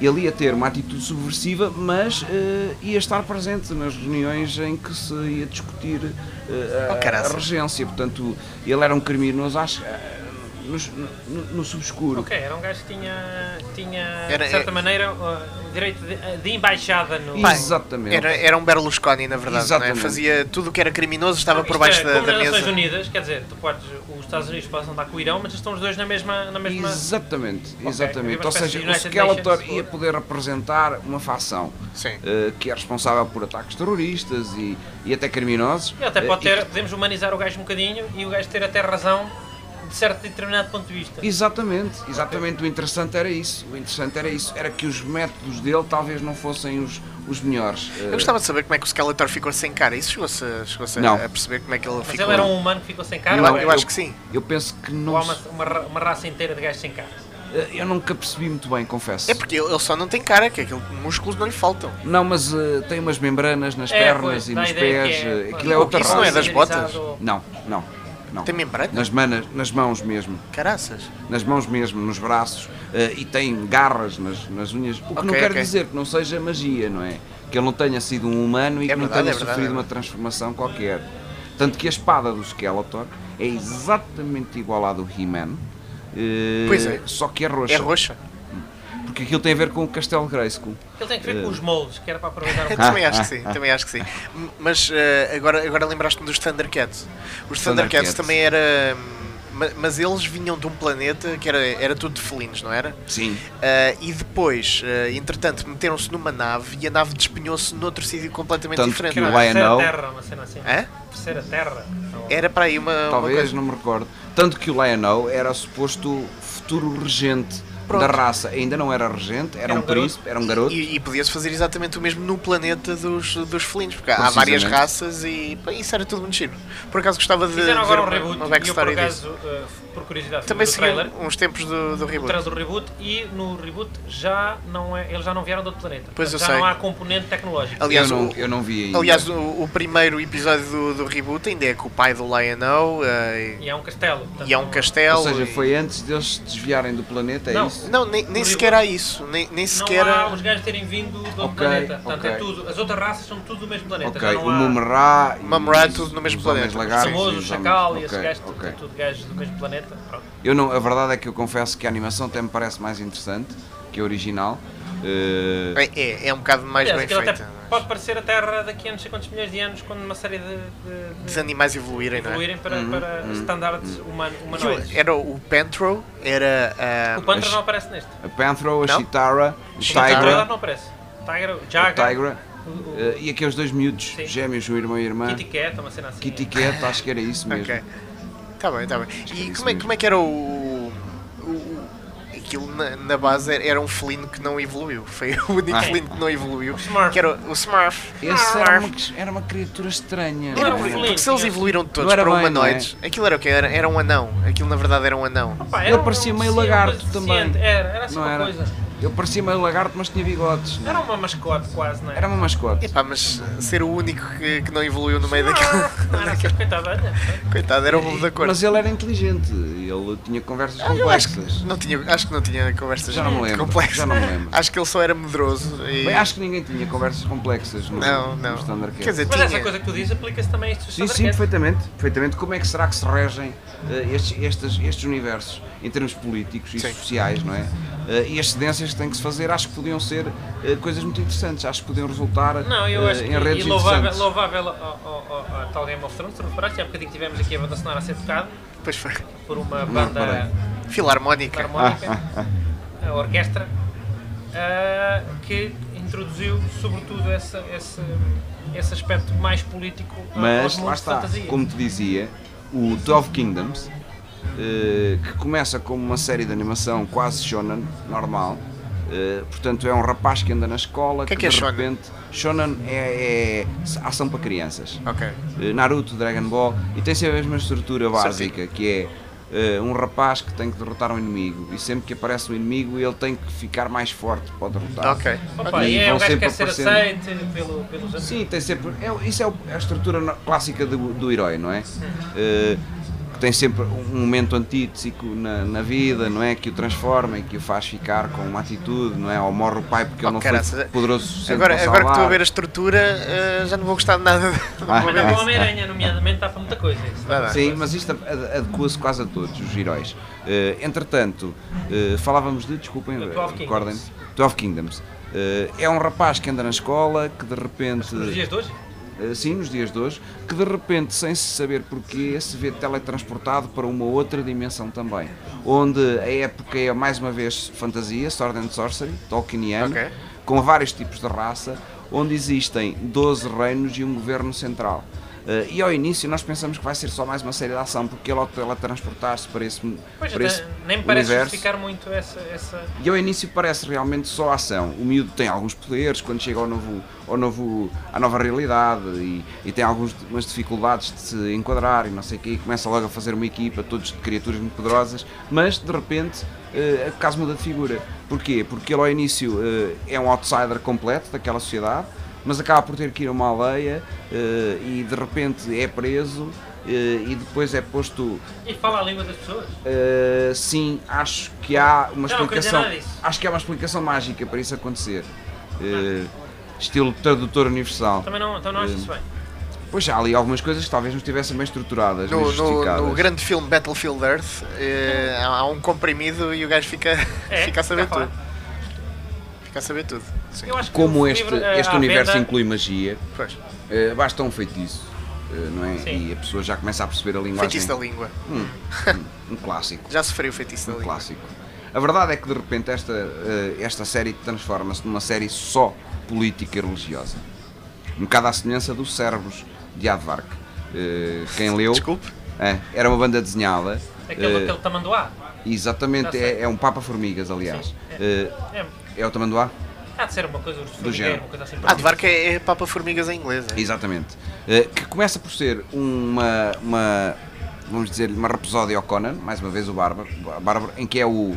Speaker 5: ele ia ter uma atitude subversiva, mas eh, ia estar presente nas reuniões em que se ia discutir eh,
Speaker 3: Oh,
Speaker 5: a, a
Speaker 3: caraças.
Speaker 5: regência. Portanto, ele era um criminoso, acho, eh, nos- no, no subescuro.
Speaker 4: Ok, era um gajo que tinha, tinha
Speaker 3: Era-
Speaker 4: de certa
Speaker 3: é-
Speaker 4: maneira, uh, direito de, de embaixada no. é
Speaker 5: Pá, Exatamente.
Speaker 3: Era, era um Berlusconi, na verdade. não é?
Speaker 5: Exatamente.
Speaker 3: Fazia tudo o que era criminoso, estava
Speaker 4: Isto
Speaker 3: por baixo
Speaker 4: é,
Speaker 3: da,
Speaker 4: como
Speaker 3: da
Speaker 4: nas Nações
Speaker 3: mesa.
Speaker 4: Unidas, quer dizer, tu podes, os Estados Unidos podem andar com o Irão, mas estão os dois na mesma. Na mesma...
Speaker 5: Exatamente,
Speaker 4: Ok, havia
Speaker 5: exatamente.
Speaker 4: uma
Speaker 5: Ou
Speaker 4: espécie
Speaker 5: seja,
Speaker 4: de
Speaker 5: o
Speaker 4: United
Speaker 5: Skeletor
Speaker 4: Nations,
Speaker 5: ia
Speaker 4: pô.
Speaker 5: poder representar uma facção
Speaker 3: Sim.
Speaker 5: eh, que é responsável por ataques terroristas e, e até criminosos.
Speaker 4: E até
Speaker 5: eh,
Speaker 4: pode
Speaker 5: e que
Speaker 4: ter, podemos humanizar o gajo um bocadinho e o gajo ter até razão de certo determinado ponto de vista.
Speaker 5: Exatamente, exatamente. O interessante era isso. O interessante era isso. Era que os métodos dele talvez não fossem os, os melhores.
Speaker 3: Eu
Speaker 5: Eh,
Speaker 3: gostava de saber como é que o Skeletor ficou sem cara. Isso chegou-se chegou
Speaker 5: Não.
Speaker 3: a perceber como é que ele
Speaker 4: Mas
Speaker 3: ficou.
Speaker 4: ele era um humano que ficou sem cara?
Speaker 5: Não,
Speaker 4: ou
Speaker 3: Eu
Speaker 4: era-
Speaker 3: acho que sim.
Speaker 5: Eu penso que
Speaker 4: ou
Speaker 5: não.
Speaker 4: há uma, uma, ra- uma raça inteira de gajos sem cara?
Speaker 5: eh, Eu nunca percebi muito bem, confesso.
Speaker 3: É porque ele ele só não tem cara, que aquele músculos não lhe faltam.
Speaker 5: Não, mas eh, tem umas membranas nas
Speaker 4: É,
Speaker 5: pernas
Speaker 4: pois,
Speaker 5: e
Speaker 4: dá a
Speaker 5: nos
Speaker 4: ideia
Speaker 5: pés.
Speaker 4: que é-
Speaker 5: eh, Aquilo é outra
Speaker 3: Isso não é
Speaker 5: raça.
Speaker 3: das botas?
Speaker 5: Não, não, não.
Speaker 3: Tem membrana?
Speaker 5: Nas, manas, nas mãos mesmo,
Speaker 3: Caraças.
Speaker 5: nas mãos mesmo, nos braços eh, e tem garras nas, nas unhas. O que não
Speaker 3: Ok,
Speaker 5: quer
Speaker 3: ok.
Speaker 5: dizer que não seja magia, não é? Que ele não tenha sido um humano e
Speaker 3: É
Speaker 5: que não
Speaker 3: verdade,
Speaker 5: tenha
Speaker 3: é verdade,
Speaker 5: sofrido
Speaker 3: é
Speaker 5: uma
Speaker 3: verdade.
Speaker 5: transformação qualquer. Tanto que a espada do Skeletor é exatamente igual à do He-Man, eh,
Speaker 3: Pois é.
Speaker 5: só que é roxa.
Speaker 3: É roxa.
Speaker 5: Porque aquilo tem a ver com o Castelo Grayskull.
Speaker 4: Ele tem que ver com
Speaker 3: Eh,
Speaker 4: os moldes, que era para aproveitar
Speaker 3: Eu
Speaker 4: um pouco.
Speaker 3: É,
Speaker 5: ah,
Speaker 3: também acho que sim, também acho que sim. M- Mas eh, agora, agora lembraste-me dos Thundercats. Os Thundercats,
Speaker 5: Thundercats.
Speaker 3: também era. hum, ma- mas eles vinham de um planeta que era, era tudo de felinos, não era?
Speaker 5: Sim.
Speaker 3: Ah, e depois, ah, entretanto, meteram-se numa nave e a nave despenhou-se noutro sítio completamente
Speaker 5: Tanto
Speaker 3: diferente.
Speaker 5: que
Speaker 3: não
Speaker 5: o
Speaker 3: é?
Speaker 4: Era a terceira
Speaker 5: YNO.
Speaker 4: terra, uma cena assim.
Speaker 3: Hã?
Speaker 4: Terceira terra.
Speaker 3: Era para aí É uma. uma
Speaker 5: Talvez,
Speaker 3: coisa-
Speaker 5: não me recordo. Tanto que o Lionel era o suposto futuro regente
Speaker 3: Pronto.
Speaker 5: da raça. Ainda não era regente, era,
Speaker 4: Era
Speaker 5: um,
Speaker 4: um garoto.
Speaker 5: príncipe, era um garoto.
Speaker 3: E, e podia-se fazer exatamente o mesmo no planeta dos, dos felinos, porque há várias
Speaker 5: Precisamente.
Speaker 3: raças e pá, isso era tudo muito giro. Por acaso gostava de ver
Speaker 4: Fizeram agora um
Speaker 3: uma, uma
Speaker 4: reboot e eu por
Speaker 3: backstory disso.
Speaker 4: acaso, eh, por curiosidade,
Speaker 3: Também um
Speaker 4: fui ver o
Speaker 3: seguiu
Speaker 4: trailer.
Speaker 3: uns tempos do, do reboot.
Speaker 4: Traz o reboot e no reboot já não é, eles já não vieram de outro planeta.
Speaker 3: Pois eu
Speaker 4: já
Speaker 3: sei.
Speaker 4: não há componente tecnológico.
Speaker 3: Aliás,
Speaker 5: eu, não,
Speaker 3: o-
Speaker 5: eu não vi ainda.
Speaker 3: Aliás, o, o primeiro episódio do, do reboot ainda é com o pai do Lionel eh,
Speaker 4: E é um castelo. portanto,
Speaker 3: e é um
Speaker 4: não-
Speaker 3: castelo.
Speaker 5: Ou seja,
Speaker 3: e-
Speaker 5: foi antes deles se desviarem do planeta, é
Speaker 4: Não.
Speaker 5: isso?
Speaker 3: Não, nem, nem
Speaker 4: O
Speaker 3: sequer há isso. Nem, nem
Speaker 4: Não
Speaker 3: sequer. é,
Speaker 4: há
Speaker 3: há-
Speaker 4: os gajos terem vindo de outro
Speaker 5: Ok,
Speaker 4: planeta. Portanto, é
Speaker 5: ok.
Speaker 4: tudo. As outras raças são tudo do mesmo planeta.
Speaker 5: Ok,
Speaker 4: já não
Speaker 5: o
Speaker 4: há
Speaker 5: Mumra e
Speaker 3: Mumra,
Speaker 5: os-
Speaker 3: é tudo no mesmo
Speaker 5: os
Speaker 3: planeta.
Speaker 5: homens
Speaker 4: os
Speaker 5: lagartos e
Speaker 4: famosos, o
Speaker 5: os
Speaker 4: Chacal
Speaker 5: homens-
Speaker 4: e esses
Speaker 5: ok,
Speaker 4: gajos, tudo-
Speaker 5: ok.
Speaker 4: tudo, gajos do mesmo planeta. Pronto.
Speaker 5: Eu não, a verdade é que eu confesso que a animação até me parece mais interessante que a original. Eh,
Speaker 3: É, é, é um bocado mais
Speaker 4: Aliás,
Speaker 3: bem
Speaker 4: aquilo
Speaker 3: feita.
Speaker 4: até
Speaker 3: não é?
Speaker 4: pode parecer a Terra daqui a não sei quantos milhões de anos, quando uma série de, de- de
Speaker 3: Dos animais evoluírem, não é?
Speaker 4: evoluírem para,
Speaker 5: Uhum,
Speaker 4: para standards human, humanoides.
Speaker 3: Aquilo Era o Pentro, era. ah,
Speaker 4: O Panther
Speaker 5: é- Mas-
Speaker 4: não aparece neste.
Speaker 5: a Panthro, a
Speaker 3: Não?
Speaker 5: Chitara, o
Speaker 4: O Tigra
Speaker 5: Tigra,
Speaker 4: não aparece. Tigra, o
Speaker 5: a
Speaker 4: Jaga,
Speaker 5: Tigra
Speaker 4: o, o
Speaker 5: eh, e aqueles dois miúdos,
Speaker 4: Sim.
Speaker 5: gêmeos, um irmão e irmã.
Speaker 4: Kitty Cat, uma cena assim.
Speaker 5: Kitty Cat, acho que era isso mesmo.
Speaker 3: ok. Tá bem, tá bem.
Speaker 5: que é
Speaker 3: E
Speaker 5: isso
Speaker 3: como é,
Speaker 5: mesmo.
Speaker 3: como é que era o. o- Aquilo na, na base era- era um felino que não evoluiu. Foi o único
Speaker 5: Ah.
Speaker 3: felino que não evoluiu.
Speaker 4: Smurf.
Speaker 3: Que era o Smurf.
Speaker 5: Esse era uma, era uma criatura estranha.
Speaker 4: Era
Speaker 3: Era
Speaker 4: um
Speaker 3: porque,
Speaker 4: felino,
Speaker 3: porque se eles
Speaker 4: tinha-
Speaker 3: evoluíram todos
Speaker 5: Não é? era
Speaker 3: para
Speaker 5: bem,
Speaker 3: humanoides, aquilo era o quê? Era, era um anão. Aquilo na verdade era um anão.
Speaker 4: Opa,
Speaker 5: Ele parecia meio
Speaker 4: sim, uma
Speaker 5: lagarto
Speaker 4: coisa
Speaker 5: também.
Speaker 4: deficiente. Era, era assim
Speaker 5: não
Speaker 4: uma
Speaker 5: era?
Speaker 4: coisa.
Speaker 5: Eu parecia meio lagarto, mas tinha bigodes. não é?
Speaker 4: Era uma mascote quase, não é?
Speaker 5: Era uma mascote.
Speaker 3: Epá, mas ser o único que, que não evoluiu no meio daquilo.
Speaker 4: Ah, Não era assim, coitada, olha.
Speaker 3: Coitado, era um o povo da cor.
Speaker 5: Mas ele era inteligente. Ele tinha conversas
Speaker 3: Ah, eu acho
Speaker 5: complexas.
Speaker 3: que não tinha, acho que não tinha conversas
Speaker 5: Já não me
Speaker 3: muito
Speaker 5: lembro,
Speaker 3: complexas.
Speaker 5: já não me lembro.
Speaker 3: Acho que ele só era medroso. E...
Speaker 5: Bem, acho que ninguém tinha conversas complexas no,
Speaker 3: Não,
Speaker 5: no
Speaker 3: não.
Speaker 5: Thundercats.
Speaker 3: Quer dizer,
Speaker 4: Mas essa
Speaker 3: tinha.
Speaker 4: coisa que tu dizes aplica-se também a isto. é
Speaker 5: Sim, sim, perfeitamente, perfeitamente. Como é que será que se regem eh, estes, estes, estes universos em termos políticos e
Speaker 3: Sim.
Speaker 5: sociais, não é? Eh, e as cedências que têm que se fazer, acho que podiam ser eh, coisas muito interessantes, acho que podiam resultar
Speaker 4: Não, eu
Speaker 5: eh,
Speaker 4: acho que
Speaker 5: em redes
Speaker 4: e louvável,
Speaker 5: interessantes.
Speaker 4: louvável ao, ao, ao, ao tal Game of Thrones, se reparaste, há bocadinho tivemos aqui a banda sonora a ser tocada
Speaker 3: Pois foi.
Speaker 4: por uma
Speaker 5: reparei. Ah,
Speaker 4: banda
Speaker 3: Filarmónica.
Speaker 4: harmónica, a orquestra, ah, que introduziu sobretudo essa, esse, esse aspecto mais político ah, aos
Speaker 5: Mas
Speaker 4: mundos
Speaker 5: lá
Speaker 4: de
Speaker 5: está,
Speaker 4: fantasia.
Speaker 5: como te dizia, o Dove Kingdoms, eh, que começa como uma série de animação quase shonen, normal. eh, portanto, é um rapaz que anda na escola
Speaker 3: Que é que é
Speaker 5: de
Speaker 3: shonen?
Speaker 5: repente. Shonen é, é ação para crianças.
Speaker 3: Ok.
Speaker 5: Eh, Naruto, Dragon Ball, e tem sempre a mesma estrutura básica, que é eh, um rapaz que tem que derrotar um inimigo, e sempre que aparece um inimigo ele tem que ficar mais forte para o derrotar.
Speaker 3: Ok.
Speaker 4: Opa,
Speaker 5: E
Speaker 4: e é
Speaker 5: vão
Speaker 4: um gajo que
Speaker 5: sempre
Speaker 4: quer ser
Speaker 5: aparecendo.
Speaker 4: aceite pelo, pelos amigos.
Speaker 5: Sim, tem sempre. é- isso é o- é a estrutura no- clássica do, do herói, não é? Eh, que tem sempre um momento antítico na, na vida, não é? Que o transforma e que o faz ficar com uma atitude, não é? Ou morre o pai porque ele
Speaker 3: Oh,
Speaker 5: não foi
Speaker 3: caraças.
Speaker 5: poderoso o suficiente
Speaker 3: Agora,
Speaker 5: para o
Speaker 3: agora que estou a
Speaker 5: salvar.
Speaker 3: ver a estrutura, eh, já não vou gostar de nada.
Speaker 5: Ah.
Speaker 4: Mas não, o Homem-Aranha, nomeadamente, dá para muita coisa. Isso.
Speaker 3: Vai lá.
Speaker 5: Sim, mas isto ad- adequa-se quase a todos os heróis. Eh, entretanto, eh, falávamos de, desculpem,
Speaker 4: Do Twelve
Speaker 5: recordem 12 Kingdoms. Eh, é um rapaz que anda na escola, que de repente.
Speaker 4: Nos dias de hoje,
Speaker 5: eh, sim, nos dias de hoje, que de repente, sem se saber porquê, se vê teletransportado para uma outra dimensão também. Onde a época é mais uma vez fantasia, Sword and Sorcery, Tolkieniana,
Speaker 3: Ok.
Speaker 5: com vários tipos de raça, onde existem 12 reinos e um governo central. Eh, e ao início nós pensamos que vai ser só mais uma série de ação, porque ele ao teletransportar-se para esse,
Speaker 4: pois,
Speaker 5: para esse
Speaker 4: até, nem me parece
Speaker 5: universo,
Speaker 4: justificar muito essa. essa...
Speaker 5: e ao início parece realmente só ação. O miúdo tem alguns poderes quando chega ao novo, ao novo, à nova realidade e, e tem algumas umas dificuldades de se enquadrar e não sei o quê. E começa logo a fazer uma equipa, todos de criaturas muito poderosas, mas de repente eh, o caso muda de figura. Porquê? Porque ele ao início eh, é um outsider completo daquela sociedade, mas acaba por ter que ir a uma aldeia eh, e de repente é preso eh, e depois é posto
Speaker 4: E fala a língua das pessoas.
Speaker 5: Uh, sim, acho que há uma
Speaker 4: Não, não quer dizer
Speaker 5: explicação.
Speaker 4: nada disso.
Speaker 5: acho que há uma explicação mágica para isso acontecer. Uh, estilo tradutor universal.
Speaker 4: Também não, então não
Speaker 5: Eh,
Speaker 4: acho isso bem.
Speaker 5: Pois há ali algumas coisas que talvez não estivessem bem estruturadas, bem
Speaker 3: No, no,
Speaker 5: justificadas.
Speaker 3: no grande filme Battlefield Earth, eh, há há um comprimido e o gajo fica,
Speaker 4: É,
Speaker 3: fica a saber
Speaker 4: fica a
Speaker 3: tudo. Fica a saber tudo. Sim.
Speaker 4: Eu acho que
Speaker 5: Como
Speaker 4: o
Speaker 5: este,
Speaker 4: livro, eh,
Speaker 5: este
Speaker 4: à
Speaker 5: universo
Speaker 4: venda,
Speaker 5: inclui magia,
Speaker 3: Pois.
Speaker 5: uh, basta um feitiço, uh, não é?
Speaker 4: Sim.
Speaker 3: Um
Speaker 5: E a pessoa já começa a perceber a linguagem.
Speaker 3: Feitiço da língua.
Speaker 5: Um clássico.
Speaker 3: Já sofreu o feitiço da
Speaker 5: Um
Speaker 3: língua.
Speaker 5: clássico. A verdade é que de repente esta, eh, esta série transforma-se numa série só política e religiosa. Um bocado à semelhança dos Servos de Advark. Eh, Quem leu.
Speaker 3: Desculpe.
Speaker 5: É, era uma banda desenhada.
Speaker 4: Aquele,
Speaker 5: eh,
Speaker 4: aquele tamanduá.
Speaker 5: Exatamente,
Speaker 4: Já
Speaker 5: é,
Speaker 4: sei.
Speaker 5: é um Papa Formigas, aliás.
Speaker 4: Sim,
Speaker 5: Eh,
Speaker 4: É,
Speaker 5: é o Tamanduá?
Speaker 4: há de ser uma coisa do
Speaker 5: género.
Speaker 4: uma coisa assim
Speaker 3: Ah, de barco é, é Papa Formigas em inglês. é?
Speaker 5: Exatamente. Eh, que começa por ser uma, uma vamos dizer, uma rapsódia ao Conan, mais uma vez o Bárbaro, Bárbaro em que é o,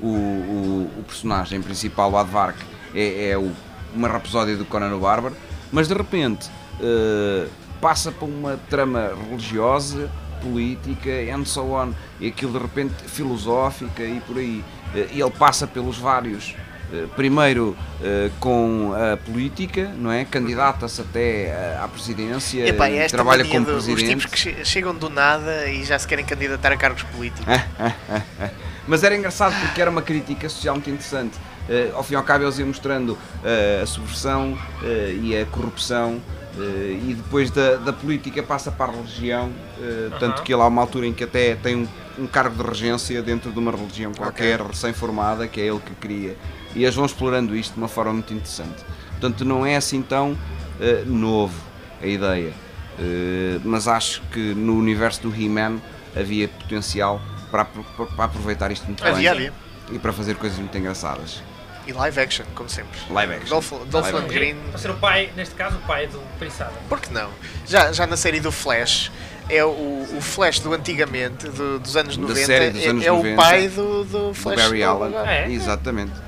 Speaker 5: o, o, o personagem principal, o Advark, é, é o, uma rapsódia do Conan o Bárbaro, mas de repente eh, passa para uma trama religiosa, política, and so on, e aquilo de repente filosófica e por aí. Eh, e ele passa pelos vários eh, primeiro eh, com a política, não é? Candidata-se até eh, à presidência,
Speaker 3: Epá,
Speaker 5: eh,
Speaker 3: é esta
Speaker 5: trabalha
Speaker 3: mania
Speaker 5: como
Speaker 3: do- os tipos
Speaker 5: presidente.
Speaker 3: que che- chegam do nada e já se querem candidatar a cargos políticos.
Speaker 5: É? Mas era engraçado porque era uma crítica social muito interessante. Eh, ao fim e ao cabo eles iam mostrando eh, a subversão eh, e a corrupção eh, e depois da, da política passa para a religião, eh, tanto
Speaker 4: Aham.
Speaker 5: que ele há uma altura em que até tem um, um cargo de regência dentro de uma religião qualquer, recém-formada, que é ele que cria. E eles vão explorando isto de uma forma muito interessante. Portanto, não é assim tão eh, novo a ideia. Eh, mas acho que no universo do He-Man havia potencial para, apro- para aproveitar isto muito
Speaker 3: Havia,
Speaker 5: bem
Speaker 3: havia.
Speaker 5: e para fazer coisas muito engraçadas.
Speaker 3: E live action, como sempre.
Speaker 5: Live action.
Speaker 3: Dolph, Dolph
Speaker 5: Live action.
Speaker 3: Lundgren,
Speaker 4: É, Para ser o pai, neste caso, o pai do Pensada.
Speaker 3: por que não? Já, já na série do Flash, é o, o Flash do antigamente, do- dos anos
Speaker 5: Da
Speaker 3: 90,
Speaker 5: série dos
Speaker 3: é-
Speaker 5: anos
Speaker 3: é, o
Speaker 5: 90,
Speaker 3: pai do, do
Speaker 5: Do
Speaker 3: Flash.
Speaker 5: Barry
Speaker 3: do-
Speaker 5: Allen.
Speaker 3: agora.
Speaker 4: É?
Speaker 5: Exatamente.
Speaker 4: Tem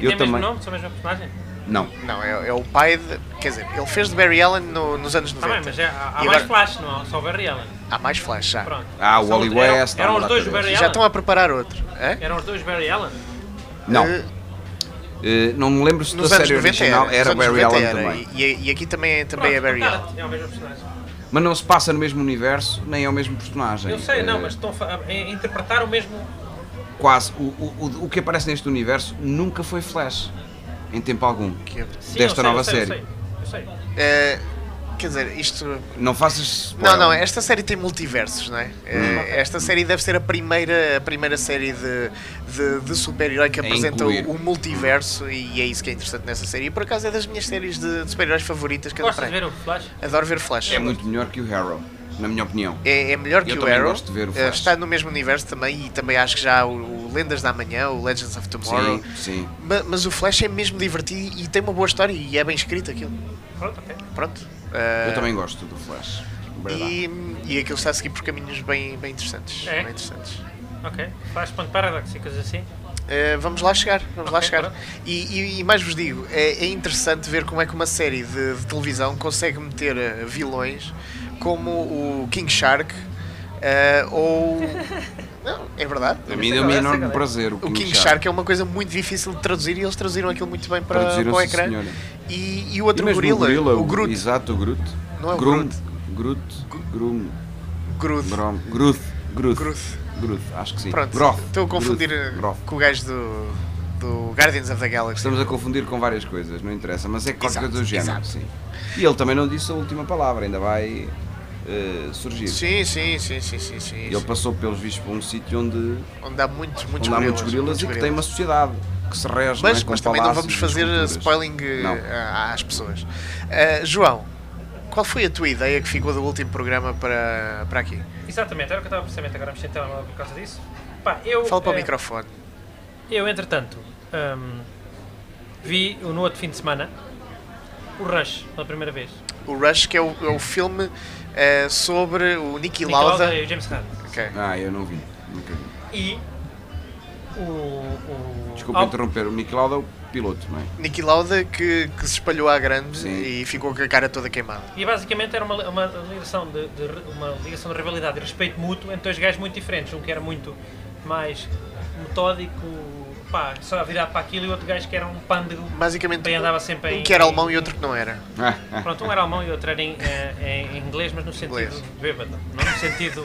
Speaker 5: Eu
Speaker 4: o mesmo
Speaker 5: também.
Speaker 4: nome? São a mesma personagem? Tá
Speaker 5: Não.
Speaker 3: Não, é, é o pai de. Quer dizer, ele fez de Barry Allen no- nos anos
Speaker 4: Está bem,
Speaker 3: 90.
Speaker 4: mas é, há, há
Speaker 3: E
Speaker 4: mais
Speaker 3: agora-
Speaker 4: Flash, não há só o Barry Allen.
Speaker 3: Há mais Flash já.
Speaker 4: Pronto.
Speaker 5: Ah, o
Speaker 4: São-
Speaker 5: Wally
Speaker 4: eram-
Speaker 5: West,
Speaker 4: Eram
Speaker 5: há
Speaker 4: os
Speaker 5: uma
Speaker 4: dois
Speaker 5: data
Speaker 4: Barry
Speaker 5: desses.
Speaker 3: Já
Speaker 4: Allen.
Speaker 3: estão a preparar outro. Hã?
Speaker 4: Eram os dois Barry Allen.
Speaker 5: Não.
Speaker 3: Eh,
Speaker 5: Eh, não me lembro se da
Speaker 3: nos anos
Speaker 5: série
Speaker 3: 90
Speaker 5: original
Speaker 3: era.
Speaker 5: era,
Speaker 3: nos anos
Speaker 5: Barry
Speaker 3: 90
Speaker 5: Allen
Speaker 3: era,
Speaker 5: também.
Speaker 3: E, e aqui também, também é
Speaker 4: Pronto,
Speaker 3: Barry Allen.
Speaker 4: portanto, É o mesmo personagem.
Speaker 5: Mas não se passa no mesmo universo, nem é o mesmo personagem.
Speaker 4: Eu sei, não,
Speaker 5: Eh,
Speaker 4: mas estão a fa- a interpretar o mesmo.
Speaker 5: Quase. O, o, o- o que aparece neste universo nunca foi Flash. Em tempo algum.
Speaker 3: Que-
Speaker 4: Sim,
Speaker 5: Desta
Speaker 4: eu sei,
Speaker 5: nova
Speaker 4: eu sei, eu
Speaker 5: série.
Speaker 4: sei, eu sei.
Speaker 3: eh, quer dizer, isto
Speaker 5: Não faças.
Speaker 3: Não,
Speaker 5: spoiler.
Speaker 3: não, esta série tem multiversos, não é?
Speaker 5: Hum.
Speaker 3: Eh, Esta série deve ser a primeira, a primeira série de, de, de super-herói que
Speaker 5: A
Speaker 3: apresenta
Speaker 5: incluir.
Speaker 3: o, o multiverso e é isso que é interessante nessa série. E por acaso é das minhas séries de, de super-heróis favoritas que eu
Speaker 4: Gostas de ver
Speaker 3: tenho.
Speaker 4: o Flash?
Speaker 3: Adoro ver Flash.
Speaker 5: É muito melhor que o Harrow, na minha opinião.
Speaker 3: É, é melhor
Speaker 5: Eu
Speaker 3: que o
Speaker 5: também
Speaker 3: Arrow.
Speaker 5: gosto de ver o
Speaker 3: Eh,
Speaker 5: Flash.
Speaker 3: Está no mesmo universo também e também acho que já o, o Lendas da Manhã, o Legends of Tomorrow.
Speaker 5: Sim, sim.
Speaker 3: Ma- Mas, o Flash é mesmo divertido e tem uma boa história e é bem escrito aquilo.
Speaker 4: Pronto, ok.
Speaker 3: Pronto. Eh,
Speaker 5: Eu também gosto do Flash. Verdade.
Speaker 3: e, e aquilo está a seguir por caminhos bem, bem interessantes.
Speaker 4: É?
Speaker 3: Bem interessantes.
Speaker 4: Ok. Flash ponto Paradox e coisas assim.
Speaker 3: Uh, vamos lá chegar, vamos lá
Speaker 4: Ok,
Speaker 3: chegar.
Speaker 4: pronto.
Speaker 3: E, e- e mais vos digo, é, é interessante ver como é que uma série de, de televisão consegue meter uh, vilões como o King Shark uh, ou. Não, é verdade.
Speaker 5: A mim deu-me enorme prazer o
Speaker 3: O King Shark. é uma coisa muito difícil de traduzir e eles traduziram aquilo muito bem para, para o
Speaker 5: Traduziram-se,
Speaker 3: ecrã.
Speaker 5: senhora.
Speaker 3: E, e o
Speaker 5: E
Speaker 3: é outro
Speaker 5: mesmo
Speaker 3: gorila, o
Speaker 5: o-
Speaker 3: Groot.
Speaker 5: Exato, o Groot.
Speaker 3: Não é o
Speaker 5: Grum,
Speaker 3: Groot.
Speaker 5: Groot. Grum.
Speaker 3: Groot.
Speaker 5: Grom. Groot. Groot.
Speaker 3: Groot.
Speaker 5: Groot, acho que sim.
Speaker 3: Pronto,
Speaker 5: Groth,
Speaker 3: estou a
Speaker 5: Groot,
Speaker 3: confundir uh,
Speaker 5: Groth.
Speaker 3: com o gajo do, do Guardians of the Galaxy.
Speaker 5: Estamos a confundir com várias coisas, não interessa, mas é qualquer
Speaker 3: Exato,
Speaker 5: coisa do género,
Speaker 3: exato.
Speaker 5: sim. E ele também não disse a última palavra, ainda vai eh, surgir.
Speaker 3: Sim, sim, sim, sim, sim, sim.
Speaker 5: Ele passou pelos vistos por um sítio onde,
Speaker 3: onde há muitos, muitos
Speaker 5: onde há
Speaker 3: gorilas,
Speaker 5: muitos gorilas e que tem uma sociedade que se rege não é,
Speaker 3: Mas,
Speaker 5: com
Speaker 3: mas também não
Speaker 5: palácios
Speaker 3: vamos fazer
Speaker 5: e esculturas.
Speaker 3: spoiling eh,
Speaker 5: Não.
Speaker 3: a- às pessoas. Ah, João, qual foi a tua ideia que ficou do último programa para, para aqui?
Speaker 4: Exatamente, era o que eu estava precisamente agora a mexer em telemóvel por causa disso. Pá, eu.
Speaker 3: Fala para o
Speaker 4: eh,
Speaker 3: microfone.
Speaker 4: Eu, entretanto, hum, vi no outro fim de semana o Rush pela primeira vez.
Speaker 3: O Rush, que é o, é o filme eh, sobre o Niki
Speaker 4: Nick
Speaker 3: Lauda.
Speaker 4: e o James Hunt.
Speaker 3: Ok.
Speaker 5: Ah, eu não vi. Nunca vi.
Speaker 4: E o. o
Speaker 5: Desculpa
Speaker 4: Al-
Speaker 5: interromper, o Nicolau é o piloto, não é?
Speaker 3: Niki Lauda que, que se espalhou à grande
Speaker 5: Sim.
Speaker 3: e ficou com a cara toda queimada.
Speaker 4: E basicamente era uma, uma, ligação de, de- uma ligação de rivalidade e respeito mútuo entre dois gajos muito diferentes. Um que era muito mais metódico, pá, só a virar para aquilo, e outro gajo que era um pândego.
Speaker 3: Basicamente,
Speaker 4: Bem, andava sempre
Speaker 3: um
Speaker 4: em-
Speaker 3: que era
Speaker 4: em-
Speaker 3: alemão e outro que não era.
Speaker 5: é?
Speaker 4: Pronto, um era alemão e outro era em, eh, em inglês, mas no sentido
Speaker 3: Inglês.
Speaker 4: bêbado, não no sentido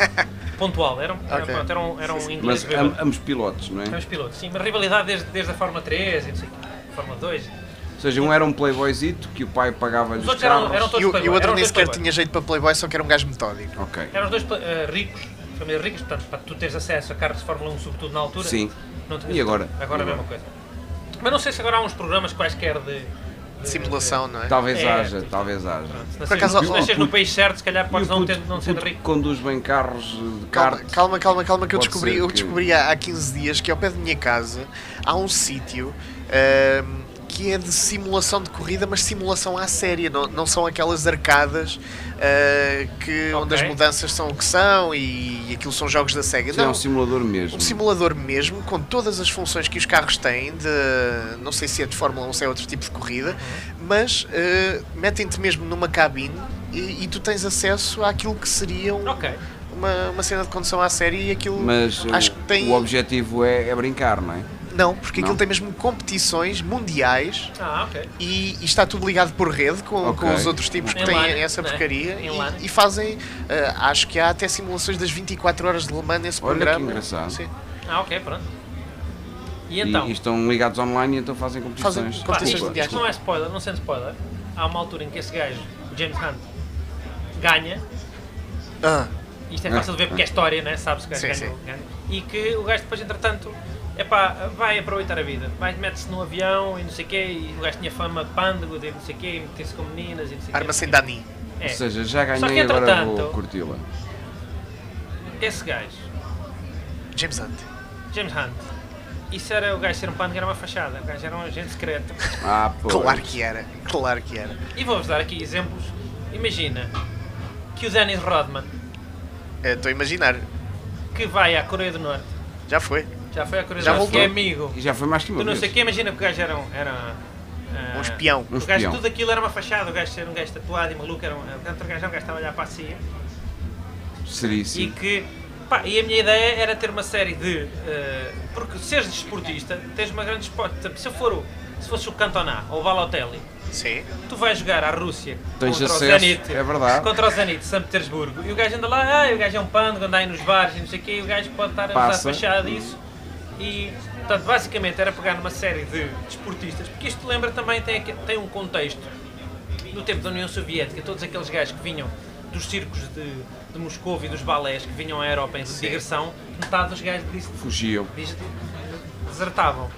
Speaker 4: pontual. Era, um- era,
Speaker 3: Ok.
Speaker 4: pronto, era um, era um inglês
Speaker 5: Mas
Speaker 4: bêbado.
Speaker 5: am- ambos pilotos, não é?
Speaker 4: Eram os pilotos, sim, mas rivalidade desde, desde a Fórmula 3 e não sei o quê, Fórmula 2.
Speaker 5: Ou seja, um era um playboyzito que o pai pagava-lhe
Speaker 4: Os
Speaker 5: os
Speaker 4: outros eram,
Speaker 5: carros.
Speaker 4: eram
Speaker 3: E
Speaker 4: todos
Speaker 3: o, e
Speaker 4: playboy,
Speaker 3: o outro
Speaker 4: eram
Speaker 3: nem
Speaker 4: dois
Speaker 3: sequer
Speaker 4: playboy.
Speaker 3: tinha jeito para Playboy, só que era um gajo metódico.
Speaker 5: Ok.
Speaker 4: Eram os dois pla- eh, ricos, famílias ricas, portanto, para tu teres acesso a carros de Fórmula 1, sobretudo na altura,
Speaker 5: Sim.
Speaker 4: não tinhas-
Speaker 5: E agora?
Speaker 4: Agora é a
Speaker 5: E
Speaker 4: mesma coisa. Mas não sei se agora há uns programas quaisquer de. de-
Speaker 3: Simulação, não é?
Speaker 5: Talvez
Speaker 4: É,
Speaker 5: haja,
Speaker 4: tipo,
Speaker 5: talvez haja.
Speaker 4: Pronto, se
Speaker 3: Por acaso,
Speaker 4: nasces- se
Speaker 3: o-
Speaker 4: nasces
Speaker 5: o
Speaker 4: no
Speaker 5: puto-
Speaker 4: país certo, se calhar
Speaker 5: E o
Speaker 4: podes não,
Speaker 5: puto-
Speaker 4: ter, não
Speaker 5: o
Speaker 4: ser
Speaker 5: puto
Speaker 4: rico.
Speaker 5: conduz bem carros de
Speaker 3: Calma,
Speaker 5: kart.
Speaker 3: calma, calma, calma, que eu
Speaker 5: Pode
Speaker 3: descobri,
Speaker 5: ser
Speaker 3: eu
Speaker 5: que-
Speaker 3: descobri há, há 15 dias que ao pé da minha casa há um sítio ahm, que é de simulação de corrida, mas simulação à séria, não, não são aquelas arcadas ah, que, onde as
Speaker 4: Ok.
Speaker 3: mudanças são o que são e, aquilo são jogos da SEGA.
Speaker 5: Sim, é
Speaker 3: não,
Speaker 5: um simulador mesmo.
Speaker 3: um simulador mesmo, com todas as funções que os carros têm, de, não sei se é de Fórmula 1, se é outro tipo de corrida,
Speaker 4: Uhum.
Speaker 3: mas eh, metem-te mesmo numa cabine e, e tu tens acesso àquilo que seria um-
Speaker 4: Ok.
Speaker 3: uma, uma cena de condução à série e aquilo
Speaker 5: Mas o-
Speaker 3: acho que tem.
Speaker 5: o objetivo é, é brincar, não é?
Speaker 3: Não, porque aquilo
Speaker 5: Não?
Speaker 3: tem mesmo competições mundiais
Speaker 4: Ah, ok.
Speaker 3: e, e está tudo ligado por rede com,
Speaker 5: Ok.
Speaker 3: com os outros tipos que
Speaker 4: Em
Speaker 3: têm
Speaker 4: LAN,
Speaker 3: essa
Speaker 4: né?
Speaker 3: porcaria
Speaker 4: Em LAN.
Speaker 3: e, e fazem, eh, acho que há até simulações das 24 horas de Le Mans nesse
Speaker 5: Olha que
Speaker 3: programa.
Speaker 5: engraçado.
Speaker 3: Sim.
Speaker 4: Ah, ok, pronto. E então?
Speaker 5: e estão ligados online e então fazem competições.
Speaker 3: Fazem
Speaker 4: Pá,
Speaker 3: competições
Speaker 4: isto-
Speaker 5: Desculpa,
Speaker 3: mundiais.
Speaker 4: isto não é spoiler, não sendo spoiler. Há uma altura em que esse gajo, o James Hunt, ganha.
Speaker 3: Ah.
Speaker 4: Isto é fácil de ver porque é história, né? Sabes que o gajo
Speaker 3: Sim,
Speaker 4: ganhou, ganha. E que o gajo depois, entretanto, epá, vai aproveitar a vida. Vai, mete-se num avião e não sei o quê. E o gajo tinha fama de pândego e não sei o quê. E meteu-se com meninas e não sei o quê.
Speaker 3: Arma sem Dani.
Speaker 4: É.
Speaker 5: Ou seja, já
Speaker 4: Só que,
Speaker 5: ganhei, agora
Speaker 4: entretanto,
Speaker 5: vou curti-la.
Speaker 4: esse gajo,
Speaker 3: James Hunt.
Speaker 4: James Hunt, isso era o gajo ser um pândego era uma fachada. O gajo era um agente secreto.
Speaker 5: Ah, pô.
Speaker 3: Claro que era. Claro que era.
Speaker 4: E vou-vos dar aqui exemplos. Imagina que o Dennis Rodman,
Speaker 3: Eh, Estou a imaginar.
Speaker 4: que vai à Coreia do Norte,
Speaker 3: Já foi.
Speaker 4: já foi à Coreia
Speaker 3: Já
Speaker 4: do Norte, que é
Speaker 3: voltou.
Speaker 4: amigo
Speaker 5: E já foi mais que uma
Speaker 4: do não
Speaker 5: vez.
Speaker 4: sei o quê, imagina que o gajo era um... Era, ah,
Speaker 3: Um espião.
Speaker 5: Um
Speaker 4: O gajo,
Speaker 5: espião.
Speaker 4: tudo aquilo era uma fachada, o gajo ser um gajo tatuado e maluco, era um, era um outro gajo, era um gajo que estava a olhar para a CIA. E
Speaker 5: Seríssimo.
Speaker 4: que. Pá, e a minha ideia era ter uma série de. eh, porque seres desportista, tens uma grande esporte. Se eu for o, se fosse o Cantona ou o Balotelli,
Speaker 3: Sim.
Speaker 4: tu vais jogar à Rússia
Speaker 5: Tens
Speaker 4: contra
Speaker 5: acesso,
Speaker 4: o Zenit.
Speaker 5: é verdade.
Speaker 4: Contra o Zenit de São Petersburgo. E o gajo anda lá, ah, o gajo é um pândego, anda aí nos bares e não sei o quê, e o gajo pode estar a
Speaker 5: Passa.
Speaker 4: usar fachada disso. E, portanto, basicamente era pegar numa série de desportistas, porque isto lembra também, tem, aqui- tem um contexto. No tempo da União Soviética, todos aqueles gajos que vinham dos circos de, de Moscou e dos balés que vinham à Europa em digressão, metade dos gajos disso,
Speaker 5: Fugiam.
Speaker 4: disso desertavam.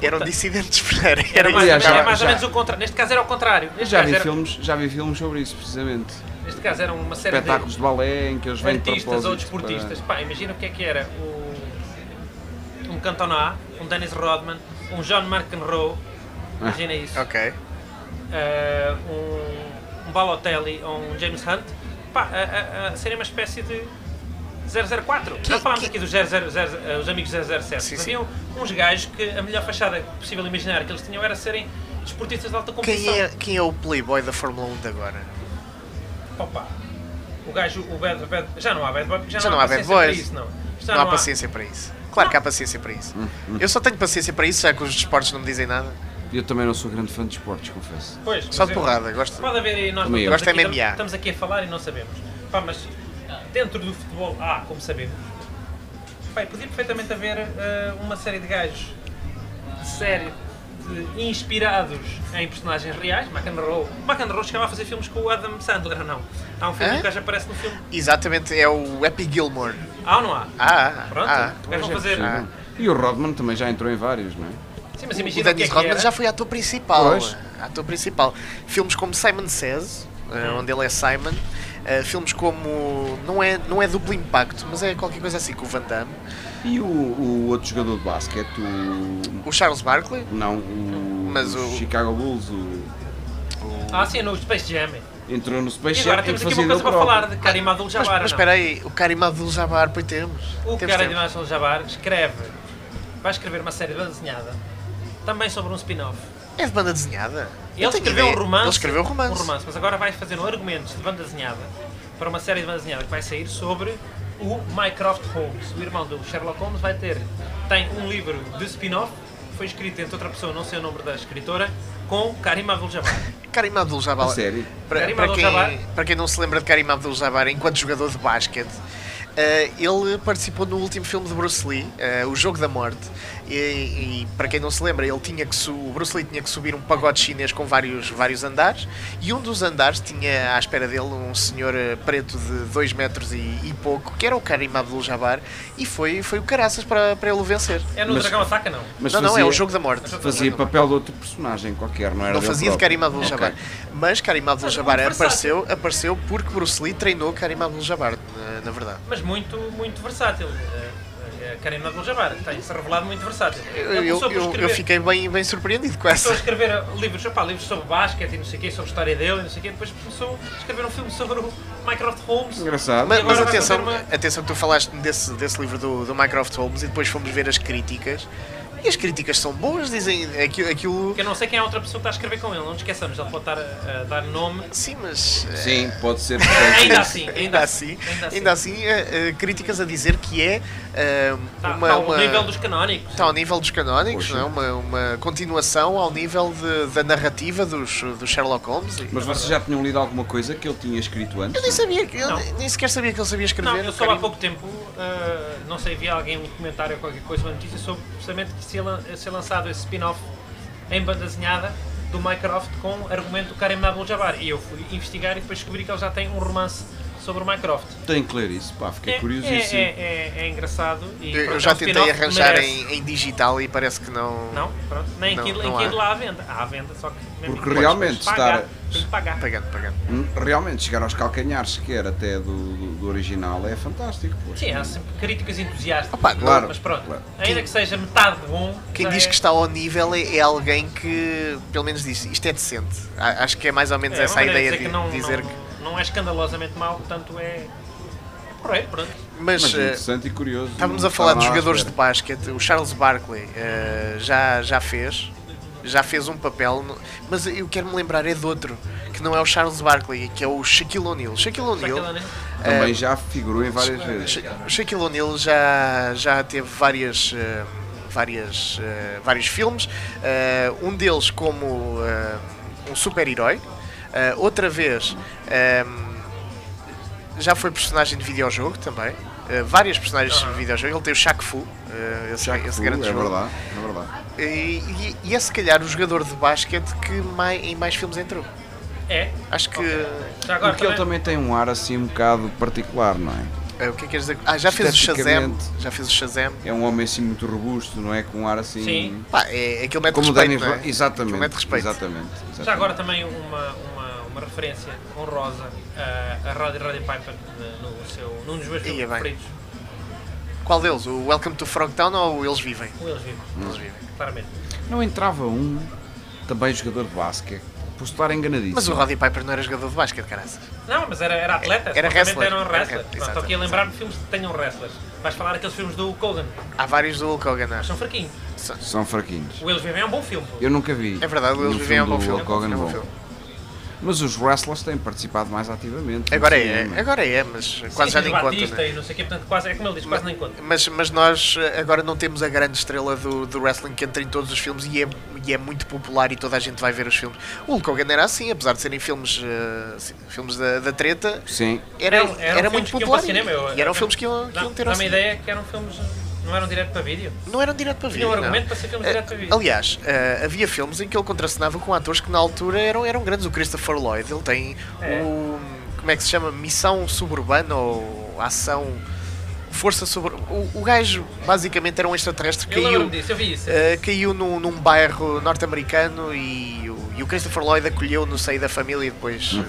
Speaker 3: Eram dissidentes, Pereira.
Speaker 4: Era
Speaker 3: Era
Speaker 4: mais,
Speaker 5: Tá. aliás,
Speaker 4: era
Speaker 5: já-
Speaker 4: mais
Speaker 5: já-
Speaker 4: ou menos o contrário. Neste caso era o contrário. Neste
Speaker 5: Já
Speaker 4: caso
Speaker 5: vi,
Speaker 4: era-
Speaker 5: filmes, já vi filmes sobre isso, precisamente.
Speaker 4: Neste caso era uma série
Speaker 5: Espetáculos
Speaker 4: de
Speaker 5: de balé em que eles vêm de
Speaker 4: artistas
Speaker 5: propósito.
Speaker 4: ou desportistas. Pá, imagina o que é que era o- um Cantona, um Dennis Rodman, um John McEnroe, imagina isso,
Speaker 3: Ah, Ok.
Speaker 4: eh, um, um Balotelli ou um James Hunt, pá, a- a- a seria uma espécie de 004. Já falámos aqui dos 000, eh, os amigos 007.
Speaker 3: Sim,
Speaker 4: Mas
Speaker 3: sim.
Speaker 4: Haviam uns gajos que a melhor fachada possível imaginar que eles tinham era serem desportistas de alta competição.
Speaker 3: Quem é, quem é o playboy da Fórmula 1 de agora?
Speaker 4: Opa, o gajo, o bad, bad, já não há bad boy porque já,
Speaker 3: Já
Speaker 4: não, há bad
Speaker 3: boys.
Speaker 4: boys. Isso, não. Já
Speaker 3: não, há paciência para isso. Claro que há paciência para isso. Eu só tenho paciência para isso, já que os desportos não me dizem nada.
Speaker 5: Eu também não sou grande fã de esportes, confesso.
Speaker 4: Pois,
Speaker 3: Só
Speaker 4: mas
Speaker 3: de
Speaker 4: é-
Speaker 3: porrada, gosto.
Speaker 4: Pode haver aí, nós não
Speaker 5: Também eu.
Speaker 4: estamos
Speaker 3: Gosto é de
Speaker 4: aqui,
Speaker 3: MMA.
Speaker 4: estamos aqui a falar e não sabemos. Pá, mas dentro do futebol, ah, como sabemos, pá, podia perfeitamente haver eh, uma série de gajos de série de inspirados em personagens reais, McEnroe. McEnroe chegava a fazer filmes com o Adam Sandler, ou não? Há um filme
Speaker 3: Hã?
Speaker 4: que o gajo aparece no filme.
Speaker 3: Exatamente, é o Happy Gilmore.
Speaker 4: Há ou não há?
Speaker 3: Ah,
Speaker 4: Pronto,
Speaker 3: ah,
Speaker 4: o gajo vão fazer.
Speaker 5: Percebem?
Speaker 4: ah.
Speaker 5: E o Rodman também já entrou em vários, não é?
Speaker 4: Sim, mas
Speaker 3: O
Speaker 4: imagina o que é
Speaker 3: Dennis
Speaker 4: que
Speaker 3: Rodman
Speaker 4: era.
Speaker 3: já foi ator principal. Ah,
Speaker 5: Pois.
Speaker 3: Ator principal. Filmes como Simon Says, eh,
Speaker 4: Hum.
Speaker 3: onde ele é Simon. eh, filmes como. Não é, não é duplo impacto, mas é qualquer coisa assim com o Van Damme.
Speaker 5: E o, o outro jogador de basquete, o.
Speaker 3: O Charles Barkley.
Speaker 5: Não, o.
Speaker 3: Mas o-
Speaker 5: Chicago Bulls, o.
Speaker 4: Ah, sim, no Space Jam.
Speaker 5: Entrou no
Speaker 4: E
Speaker 5: Space Jam
Speaker 4: agora
Speaker 5: e
Speaker 4: temos aqui
Speaker 5: fazia
Speaker 4: uma
Speaker 5: dele
Speaker 4: coisa para falar
Speaker 5: próprio.
Speaker 4: de Karim
Speaker 3: Mas,
Speaker 4: Abdul-Jabbar.
Speaker 3: mas
Speaker 4: não?
Speaker 3: espera aí, o Karim Abdul-Jabbar, pois temos.
Speaker 4: O
Speaker 3: temos,
Speaker 4: Karim
Speaker 3: temos.
Speaker 4: Abdul-Jabbar escreve, vai escrever uma série bem desenhada, também sobre um spin-off.
Speaker 3: É de banda desenhada.
Speaker 4: Ele
Speaker 3: Eu tenho
Speaker 4: escreveu
Speaker 3: ideia.
Speaker 4: um romance.
Speaker 3: Ele escreveu um romance.
Speaker 4: mas agora vai fazer um argumentos de banda desenhada para uma série de banda desenhada que vai sair sobre o Mycroft Holmes, o irmão do Sherlock Holmes, vai ter tem um livro de spin-off que foi escrito entre outra pessoa, não sei o nome da escritora, com Karim Abdul-Jabbar.
Speaker 3: Karim
Speaker 5: A
Speaker 3: Abdul-Jabbar.
Speaker 5: sério.
Speaker 3: Para,
Speaker 4: Karim
Speaker 3: para quem,
Speaker 4: Abdul-Jabbar.
Speaker 3: para quem não se lembra de Karim Abdul-Jabbar enquanto jogador de basquete, eh, ele participou no último filme de Bruce Lee, eh, O Jogo da Morte. E, e, para quem não se lembra, ele tinha que su- o Bruce Lee tinha que subir um pagode chinês com vários, vários andares. E um dos andares tinha à espera dele um senhor eh, preto de 2 metros e, e pouco, que era o Karim Abdul-Jabbar. E foi, foi o caraças para, para ele o vencer.
Speaker 4: É no
Speaker 5: Mas-
Speaker 4: Dragão Ataca, não.
Speaker 5: Mas
Speaker 3: não, não, é
Speaker 5: fazia-
Speaker 3: o Jogo da Morte.
Speaker 5: Fazia papel de outro personagem qualquer, não era?
Speaker 3: Não
Speaker 5: dele
Speaker 3: fazia de
Speaker 5: próprio.
Speaker 3: Karim Abdul-Jabbar.
Speaker 5: Ok.
Speaker 3: Mas Karim Abdul-Jabbar
Speaker 4: Mas é muito versátil.
Speaker 3: apareceu, apareceu porque Bruce Lee treinou Karim Abdul-Jabbar, na, na verdade.
Speaker 4: Mas muito, muito versátil. Eh, eh, Karim Abdul-Jabbar tem-se revelado muito versátil.
Speaker 3: Eu,
Speaker 4: Ele
Speaker 3: eu,
Speaker 4: começou por
Speaker 3: eu- eu
Speaker 4: escrever- Então,
Speaker 3: fiquei bem, bem surpreendido com
Speaker 4: Começou a
Speaker 3: essa.
Speaker 4: escrever livros, opá, livros sobre basquete e não sei o quê, sobre a história dele e não sei o quê. Depois começou a escrever um filme sobre o Mycroft Holmes.
Speaker 5: Engraçado.
Speaker 3: Mas, mas
Speaker 4: agora vai
Speaker 3: atenção,
Speaker 4: fazer
Speaker 3: atenção que tu falaste desse, desse livro do, do Mycroft Holmes e depois fomos ver as críticas. E as críticas são boas, dizem aquilo. aquilo
Speaker 4: Porque eu não sei quem é a outra pessoa que está a escrever com ele, não nos esqueçamos, ele pode estar a, a dar nome.
Speaker 3: sim, mas. eh,
Speaker 5: Sim, pode ser. perfeito.
Speaker 4: Ainda assim,
Speaker 3: Ainda assim, ainda assim, eh, eh, críticas a dizer que é eh,
Speaker 4: Está,
Speaker 3: uma,
Speaker 4: está ao
Speaker 3: uma-
Speaker 4: Tá, um nível dos canónicos.
Speaker 3: Está ao nível dos canónicos,
Speaker 5: Poxa.
Speaker 3: não é? Uma, uma continuação ao nível de- da narrativa dos, do Sherlock Holmes. E-
Speaker 5: Mas vocês já tinham lido alguma coisa que ele tinha escrito antes?
Speaker 3: Eu nem sabia, que- eu
Speaker 4: Não.
Speaker 3: nem sequer sabia que ele sabia escrever. um
Speaker 4: Não, eu
Speaker 3: o
Speaker 4: só há
Speaker 3: Karim.
Speaker 4: pouco tempo, eh, não sei, vi alguém um comentário ou qualquer coisa, uma notícia sobre precisamente que se ia lan- ia ser lançado esse spin-off em banda desenhada do Mycroft com argumento do Karim Abdul-Jabbar. E eu fui investigar e depois descobri que ele já tem um romance sobre o Mycroft.
Speaker 5: Tenho que ler isso, pá, fiquei
Speaker 4: É-
Speaker 5: curiosíssimo.
Speaker 4: É, é- é- é engraçado. E
Speaker 3: Eu,
Speaker 4: por
Speaker 3: eu já
Speaker 4: acaso,
Speaker 3: tentei
Speaker 4: spin-off
Speaker 3: arranjar
Speaker 4: merece.
Speaker 3: em, em digital e parece que não.
Speaker 4: Não, pronto. Nem
Speaker 3: Não,
Speaker 4: aquilo,
Speaker 3: não
Speaker 4: aquilo lá à venda. Há à venda, só que mesmo
Speaker 5: Porque
Speaker 4: que
Speaker 5: realmente
Speaker 4: podes pagar,
Speaker 5: estar-
Speaker 4: Tem que pagar.
Speaker 3: Pagando, pagando.
Speaker 5: Hum, Realmente, chegar aos calcanhares, sequer até do, do- do original, é fantástico. poxa.
Speaker 4: Sim, há sempre críticas entusiastas.
Speaker 3: Opa,
Speaker 5: claro,
Speaker 4: Mas pronto,
Speaker 5: claro.
Speaker 4: ainda que seja metade bom.
Speaker 3: Quem
Speaker 4: já
Speaker 3: diz
Speaker 4: é-
Speaker 3: que está ao nível é, é alguém que, pelo menos, diz isto é decente. A- Acho que é mais ou menos
Speaker 4: é,
Speaker 3: essa
Speaker 4: uma
Speaker 3: a
Speaker 4: maneira
Speaker 3: ideia
Speaker 4: de
Speaker 3: de
Speaker 4: dizer que não,
Speaker 3: dizer
Speaker 4: não,
Speaker 3: que.
Speaker 4: não é escandalosamente mau, portanto é. é porreiro, pronto.
Speaker 3: Mas,
Speaker 5: Mas
Speaker 3: eh,
Speaker 5: interessante e curioso.
Speaker 3: Estávamos
Speaker 5: não
Speaker 3: a falar de
Speaker 5: estava à
Speaker 3: jogadores de
Speaker 5: espera.
Speaker 3: basquete. O Charles Barkley eh, já, já fez. Já fez um papel, no- mas eu quero me lembrar é de outro, que não é o Charles Barkley, que é o Shaquille O'Neal. Shaquille
Speaker 4: Só aquilo,
Speaker 3: O'Neal,
Speaker 4: né?
Speaker 3: eh,
Speaker 5: Também já figurou em várias vezes.
Speaker 3: Sha- Shaquille O'Neal já, já teve várias, eh, várias, eh, vários filmes, eh, um deles como eh, um super-herói, eh, outra vez eh, já foi personagem de videojogo também, eh, várias personagens de videojogo, ele tem o Shaq Fu, eh, esse,
Speaker 5: Ah. Shaq
Speaker 3: esse
Speaker 5: Fu,
Speaker 3: grande
Speaker 5: é
Speaker 3: jogo,
Speaker 5: verdade, é verdade.
Speaker 3: e, e- e é se calhar o jogador de basquete que mais, em mais filmes entrou.
Speaker 4: É.
Speaker 3: Acho que.
Speaker 4: Já agora
Speaker 5: Porque ele
Speaker 4: também,
Speaker 5: também tem um ar assim um bocado particular, não é?
Speaker 3: eh, o que é que queres dizer? Ah, já fez o Shazam.
Speaker 5: Esteticamente.
Speaker 3: Já fez o Shazam.
Speaker 5: É um homem assim muito robusto, não é? Com um ar assim.
Speaker 4: Sim.
Speaker 3: Pá, é, aquilo mete
Speaker 5: Como o
Speaker 3: respeito,
Speaker 5: Danny
Speaker 3: não é?
Speaker 5: Exatamente.
Speaker 3: Aquilo mete respeito.
Speaker 5: Exatamente. exatamente.
Speaker 4: Já agora também uma, uma, uma referência honrosa a, a Roddy Roddy Piper eh, no seu, num dos meus
Speaker 3: Ia
Speaker 4: filmes
Speaker 3: bem.
Speaker 4: preferidos.
Speaker 3: Qual deles? O Welcome to Frogtown ou o Eles Vivem?
Speaker 4: O Eles Vivem,
Speaker 3: Eles Vivem.
Speaker 4: claramente.
Speaker 5: Não entrava um também jogador de basquete, por estar enganadíssimo.
Speaker 3: Mas o Roddy Piper não era jogador de basquete, caraças.
Speaker 4: Não, mas era, era atleta,
Speaker 3: Era
Speaker 4: supostamente
Speaker 3: wrestler.
Speaker 4: era um
Speaker 3: Era-
Speaker 4: wrestler. Pronto,
Speaker 3: exato,
Speaker 4: estou aqui a lembrar-me de filmes que tenham wrestlers. Vais falar aqueles filmes do Kogan,
Speaker 3: Há vários do Hulk Hogan, é?
Speaker 4: mas
Speaker 3: acho.
Speaker 4: são fraquinhos.
Speaker 5: São fraquinhos.
Speaker 4: O Eles Vivem é um bom filme.
Speaker 5: Eu nunca vi.
Speaker 3: É verdade, o
Speaker 5: nenhum
Speaker 3: Eles Vivem é um bom
Speaker 5: filme do
Speaker 3: filme.
Speaker 5: Hulk Hogan
Speaker 3: É um bom
Speaker 5: bom.
Speaker 3: filme.
Speaker 5: Mas os wrestlers têm participado mais ativamente. no
Speaker 3: Agora é,
Speaker 5: cinema.
Speaker 3: agora é, mas quase
Speaker 4: Sim,
Speaker 3: já
Speaker 4: e
Speaker 3: nem
Speaker 4: o
Speaker 3: conta,
Speaker 4: Batista
Speaker 3: né?
Speaker 4: e não sei o quê, portanto, quase, é como ele diz, quase nem conta.
Speaker 3: Mas, mas nós eh, agora não temos a grande estrela do, do wrestling que entra em todos os filmes e é, e é muito popular e toda a gente vai ver os filmes. O Hulk Hogan era assim, apesar de serem filmes, eh, assim, filmes da, da treta,
Speaker 5: Sim.
Speaker 3: era,
Speaker 4: Eram- eram
Speaker 3: era,
Speaker 4: filmes
Speaker 3: muito
Speaker 4: um que iam
Speaker 3: popular.
Speaker 4: para cinema, eu-
Speaker 3: e eram filmes que iam, que iam ter assim.
Speaker 4: Dá-me
Speaker 3: ao
Speaker 4: a
Speaker 3: cinema.
Speaker 4: ideia que eram filmes, não eram direto para vídeo.
Speaker 3: Não eram direto para
Speaker 4: Tinha
Speaker 3: vídeo.
Speaker 4: um
Speaker 3: não.
Speaker 4: argumento para ser filmes direto para
Speaker 3: Eh,
Speaker 4: vídeo.
Speaker 3: Aliás, eh, havia filmes em que ele contracenava com atores que na altura eram, eram grandes. O Christopher Lloyd, ele tem
Speaker 4: É.
Speaker 3: o. Como é que se chama? Missão Suburbana ou Ação. Força sobre. O, o gajo basicamente era um extraterrestre que
Speaker 4: Eu lembro-me
Speaker 3: caiu,
Speaker 4: disso, eu vi isso.
Speaker 3: eh, caiu num, num bairro norte-americano e, o- e o Christopher Lloyd acolheu no seio da família e depois. eh,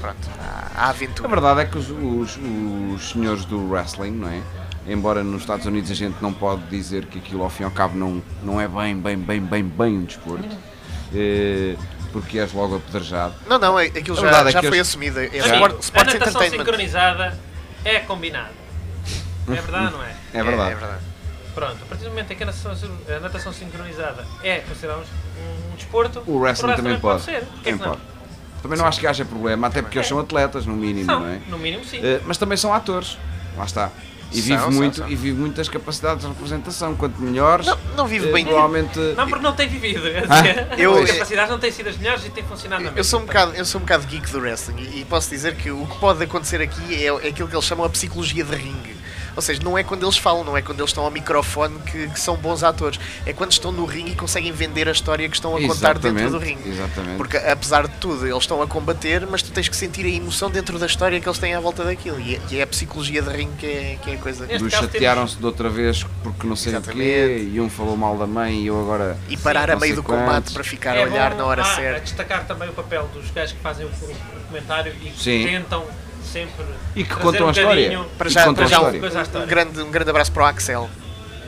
Speaker 3: Pronto, à, à
Speaker 5: A
Speaker 3: aventura.
Speaker 5: verdade Hum. é que os, os- os senhores do wrestling, não é? Embora nos Estados Unidos a gente não pode dizer que aquilo ao fim e ao cabo não, não é bem, bem, bem, bem, bem um desporto, eh, porque és logo apedrejado.
Speaker 3: Não, não, é- aquilo
Speaker 5: A
Speaker 3: já,
Speaker 5: verdade é
Speaker 3: já
Speaker 5: que
Speaker 3: foi
Speaker 5: eles-
Speaker 3: assumido. É
Speaker 4: Amigo,
Speaker 3: Sport-
Speaker 4: a
Speaker 3: Sports
Speaker 4: natação
Speaker 3: Entertainment. Uhum.
Speaker 4: sincronizada é combinada. É verdade, não é?
Speaker 5: É verdade.
Speaker 3: É, verdade.
Speaker 4: Pronto, a partir do momento em que a natação, sin- a natação sincronizada é considerada um, um desporto,
Speaker 5: O wrestling também pode.
Speaker 4: ser. Porquê
Speaker 5: Também
Speaker 4: que não?
Speaker 5: pode. Também não acho que haja problema, até porque eles são atletas, no mínimo,
Speaker 4: São,
Speaker 5: não é?
Speaker 4: no mínimo sim.
Speaker 5: Eh, mas também são atores. Lá está. E vive,
Speaker 3: São, são,
Speaker 5: muito,
Speaker 3: são.
Speaker 5: E vive muito das capacidades de representação. Quanto melhores,
Speaker 3: Não, não vive
Speaker 5: eh,
Speaker 3: bem.
Speaker 5: provavelmente.
Speaker 4: Não, porque não tem vivido.
Speaker 5: Ah,
Speaker 3: Eu-
Speaker 4: As capacidades não têm sido as melhores e têm funcionado na mesma.
Speaker 3: Eu sou, um bocado, eu sou um bocado geek do wrestling e, e posso dizer que o que pode acontecer aqui é, é aquilo que eles chamam a psicologia de ringue. Ou seja, não é quando eles falam, não é quando eles estão ao microfone que, que são bons atores. É quando estão no ringue e conseguem vender a história que estão a contar dentro do ringue.
Speaker 5: Exatamente.
Speaker 3: Porque apesar de tudo, eles estão a combater, mas tu tens que sentir a emoção dentro da história que eles têm à volta daquilo. E é, e é a psicologia de ringue que é, que é a coisa.
Speaker 4: Neste
Speaker 5: Dos
Speaker 4: caso
Speaker 5: chatearam-se de outra vez porque não sei o quê,
Speaker 3: Exatamente.
Speaker 5: e um falou mal da mãe e eu agora.
Speaker 3: E parar
Speaker 5: Sim,
Speaker 3: a
Speaker 5: não
Speaker 3: meio do
Speaker 5: sei
Speaker 3: combate
Speaker 5: quantos.
Speaker 3: para ficar
Speaker 4: É
Speaker 3: a olhar
Speaker 4: bom,
Speaker 3: na hora
Speaker 4: ah,
Speaker 3: certa.
Speaker 4: destacar também o papel dos gajos que fazem o, o comentário e que
Speaker 5: Sim.
Speaker 4: tentam sempre.
Speaker 5: E que
Speaker 4: trazer
Speaker 5: contam
Speaker 4: um
Speaker 5: a história.
Speaker 4: bocadinho-
Speaker 3: Para
Speaker 5: E
Speaker 3: já,
Speaker 5: conta
Speaker 3: para
Speaker 5: a
Speaker 3: já um,
Speaker 5: história.
Speaker 4: Coisa à história.
Speaker 3: um grande, um grande abraço para o Axel.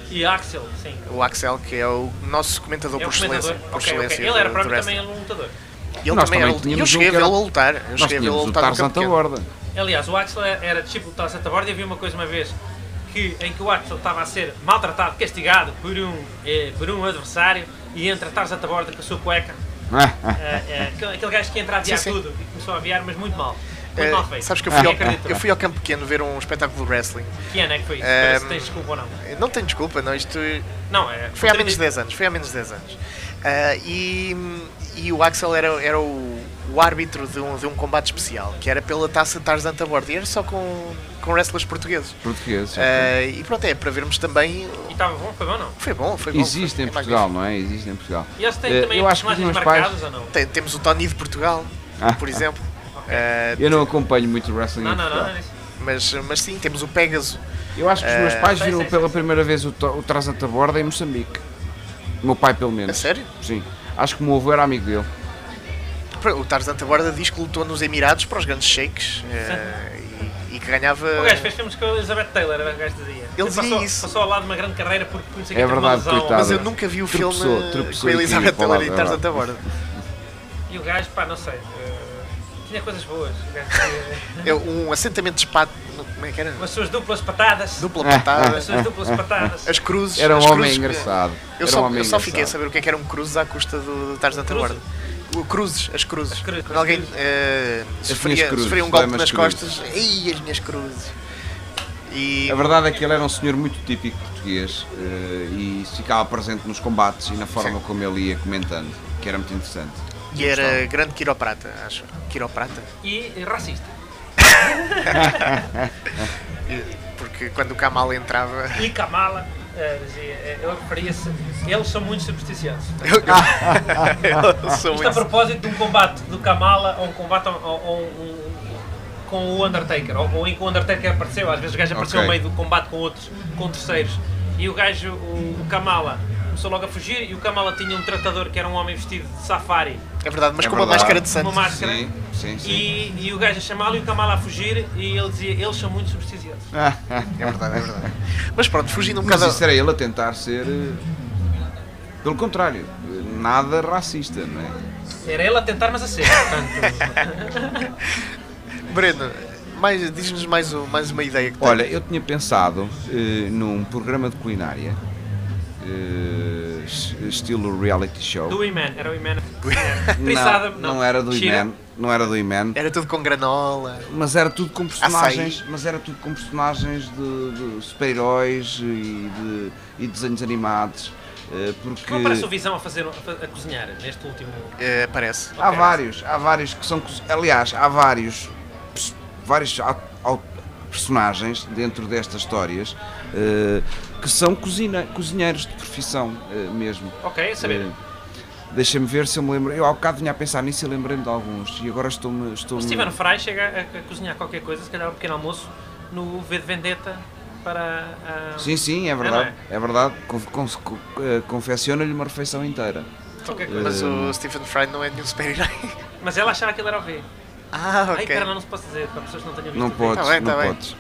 Speaker 4: E Axel, sim.
Speaker 3: O Axel, que é o nosso comentador
Speaker 4: É um
Speaker 3: por excelência.
Speaker 4: comentador.
Speaker 3: Por
Speaker 4: Ok, ok.
Speaker 3: excelência
Speaker 4: Ele
Speaker 3: do-
Speaker 4: era
Speaker 3: do
Speaker 4: próprio
Speaker 3: wrestling.
Speaker 4: também um lutador.
Speaker 3: Ele
Speaker 5: Nós
Speaker 3: também
Speaker 5: também
Speaker 3: era lutador. E eu
Speaker 5: tínhamos um
Speaker 3: cheguei a
Speaker 5: que era-
Speaker 3: vê-lo a lutar. Eu
Speaker 5: Nós
Speaker 3: cheguei a vê-lo a
Speaker 5: tínhamos o
Speaker 3: lutar no
Speaker 5: Tarzan
Speaker 3: campo
Speaker 5: da
Speaker 3: pequeno.
Speaker 5: borda.
Speaker 4: Aliás, o Axel era tipo, discípulo do Santa Borda e havia uma coisa uma vez que, em que o Axel estava a ser maltratado, castigado por um, eh, por um adversário e entra Tarzan da Borda com a sua cueca.
Speaker 5: Ah, ah.
Speaker 4: Eh, eh, aquele- aquele gajo que entra a aviar
Speaker 3: Sim, sim.
Speaker 4: tudo e começou a aviar, mas muito mal. Muito
Speaker 3: Eh,
Speaker 4: mal feito. Ah.
Speaker 3: sabes que eu fui,
Speaker 4: Ninguém
Speaker 3: ao,
Speaker 4: acredita.
Speaker 3: eu fui ao campo pequeno ver um espetáculo de wrestling.
Speaker 4: Que ano é que foi isso?
Speaker 3: Eh,
Speaker 4: Parece que tens desculpa ou não.
Speaker 3: Não tenho desculpa, não, isto
Speaker 4: Não, é.
Speaker 3: foi há menos de 10 anos. Foi há menos de 10 anos. Ah, e, e o Axel era, era o, o árbitro de um, de um combate especial, que era pela taça Tarzan da borda. E era só com, com wrestlers portugueses.
Speaker 5: Português.
Speaker 3: Ah, e pronto, é para vermos também.
Speaker 4: E estava bom, foi bom ou não?
Speaker 3: Foi bom, foi bom.
Speaker 5: Existe
Speaker 3: foi-
Speaker 5: em
Speaker 3: é
Speaker 5: Portugal, não é? Existe em Portugal.
Speaker 4: E eles têm
Speaker 5: Eh,
Speaker 4: também
Speaker 5: eu acho que os
Speaker 4: personagens
Speaker 5: meus pais-
Speaker 4: marcadas ou não?
Speaker 3: Tem- temos o Tony de Portugal,
Speaker 5: Ah.
Speaker 3: por exemplo. Eh,
Speaker 5: Eu não acompanho muito o wrestling
Speaker 4: Não,
Speaker 5: em
Speaker 4: não, é
Speaker 5: Portugal.
Speaker 4: não. não.
Speaker 3: mas, mas sim, temos o Pegaso.
Speaker 5: Eu acho que os meus
Speaker 3: É.
Speaker 5: pais
Speaker 4: sei,
Speaker 5: viram
Speaker 4: sei,
Speaker 5: pela primeira vez o, to- o Trasante a Borda em Moçambique. O meu pai, pelo
Speaker 3: A
Speaker 5: menos.
Speaker 3: É sério?
Speaker 5: Sim. Acho que o meu avô era amigo dele.
Speaker 3: O Tarzan da Borda diz que lutou nos Emirados para os grandes shakes eh, e, e que ganhava.
Speaker 4: O gajo fez filmes com a Elizabeth Taylor, era o gajo dizia. Ele
Speaker 3: dizia
Speaker 4: passou,
Speaker 3: Eh, isso.
Speaker 4: Passou ao lado de uma grande carreira porque não sei
Speaker 5: É
Speaker 4: que, teve uma
Speaker 5: verdade,
Speaker 4: lesão.
Speaker 5: coitado.
Speaker 3: Mas eu nunca vi o
Speaker 5: Tropeçou,
Speaker 3: filme ah, com
Speaker 5: tropeçou
Speaker 3: a
Speaker 5: e
Speaker 3: Elizabeth
Speaker 5: caiu para o
Speaker 3: Taylor e
Speaker 5: lado,
Speaker 3: Tarzan
Speaker 5: é
Speaker 3: da Borda.
Speaker 4: E o gajo, pá, não sei. eh, tinha coisas boas. O gajo tinha-
Speaker 3: É um assentamento de espato. Como é que era?
Speaker 4: com as suas duplas patadas.
Speaker 3: Dupla
Speaker 5: Ah,
Speaker 4: Com
Speaker 3: patada.
Speaker 4: as suas duplas patadas.
Speaker 3: As cruzes.
Speaker 5: Era um
Speaker 3: as
Speaker 5: homem
Speaker 3: cruzes que-
Speaker 5: engraçado.
Speaker 3: Eu
Speaker 5: Era
Speaker 3: só,
Speaker 5: um homem
Speaker 3: eu só fiquei a
Speaker 5: engraçado.
Speaker 3: saber o que é que eram cruzes à custa do, do Tarzan da
Speaker 4: Cruzes?
Speaker 3: Borda. O- Cruzes, as cruzes.
Speaker 4: As cruzes,
Speaker 3: Quando
Speaker 4: as
Speaker 3: alguém
Speaker 4: cruzes.
Speaker 3: eh, sofria,
Speaker 5: minhas cruzes,
Speaker 3: sofria um golpe
Speaker 5: dói-me
Speaker 3: nas
Speaker 5: as cruzes.
Speaker 3: costas, ei, as minhas cruzes. E
Speaker 5: A verdade é que ele era um senhor muito típico português eh, e isso ficava presente nos combates e na forma como ele ia comentando, que era muito interessante.
Speaker 3: E era grande quiroprata, acho. Quiroprata.
Speaker 4: E e racista.
Speaker 3: E- Porque quando o Kamal entrava.
Speaker 4: E Kamala. eh, dizia, eh, ele referia-se. Eles são muito supersticiosos.
Speaker 3: Eu sou
Speaker 4: Isto a
Speaker 3: muito.
Speaker 4: propósito de um combate do Kamala ou um combate ao- ao- ao- um- com o Undertaker, ou, ou em que o Undertaker apareceu, às vezes o gajo apareceu
Speaker 5: Ok.
Speaker 4: no meio do combate com outros, com terceiros, e o gajo, o, o Kamala, começou logo a fugir e o Kamala tinha um tratador que era um homem vestido de safari,
Speaker 3: É verdade, mas
Speaker 5: É
Speaker 3: com uma
Speaker 5: verdade.
Speaker 3: máscara de
Speaker 4: uma
Speaker 3: santo.
Speaker 4: máscara,
Speaker 5: Sim, sim, sim.
Speaker 4: E, e o gajo a chamá-lo e o Kamala a fugir, e ele dizia, eles são muito supersticiosos.
Speaker 5: Ah.
Speaker 3: É verdade, é verdade. Mas pronto, fugindo um
Speaker 5: Mas
Speaker 3: bocado.
Speaker 5: isso era ele a tentar ser. eh, Pelo contrário, eh, nada racista, não é?
Speaker 4: Era ele a tentar, mas a ser, portanto,
Speaker 3: Breno, mais- diz-nos mais, um- mais uma ideia que
Speaker 5: é- Olha, eu tinha pensado eh, num programa de culinária, eh, es- estilo reality show.
Speaker 4: do Iman, era o Iman.
Speaker 5: não, não era do Iman, não era do Iman,
Speaker 3: Era tudo com granola.
Speaker 5: mas era tudo com personagens,
Speaker 3: Açaí.
Speaker 5: mas era tudo com personagens de, de super-heróis e de e desenhos animados, eh, porque
Speaker 4: Não parece o Visão a, fazer, a, a cozinhar neste último.
Speaker 3: Eh, parece.
Speaker 5: há
Speaker 4: Ok.
Speaker 5: vários, há vários que são, cos- aliás, há vários, pers- vários au- au- personagens dentro destas histórias eh, que são cozina, cozinheiros de profissão eh, mesmo.
Speaker 4: Ok, a saber.
Speaker 5: Eh, Deixa-me ver se eu me lembro. Eu há bocado vinha a pensar nisso e lembrei-me de alguns. E agora estou-me. Estou
Speaker 4: Se estiver no Fry, chega a, a cozinhar qualquer coisa, se calhar um pequeno almoço, no V de Vendetta para. ah,
Speaker 5: Sim, sim, é verdade. É, verdade. Con- con- co- eh, Confecciona-lhe uma refeição inteira.
Speaker 4: Qualquer coisa.
Speaker 3: Mas
Speaker 5: Eh.
Speaker 3: o Stephen Fry não é nenhum super-herói.
Speaker 4: Mas ela achava que ele era o V.
Speaker 3: Ah,
Speaker 4: Ai,
Speaker 3: ok.
Speaker 4: cara, não se pode dizer, para pessoas que não tenham visto.
Speaker 5: Não
Speaker 4: o V.
Speaker 5: podes,
Speaker 3: Tá bem,
Speaker 5: não
Speaker 3: tá bem.
Speaker 5: podes.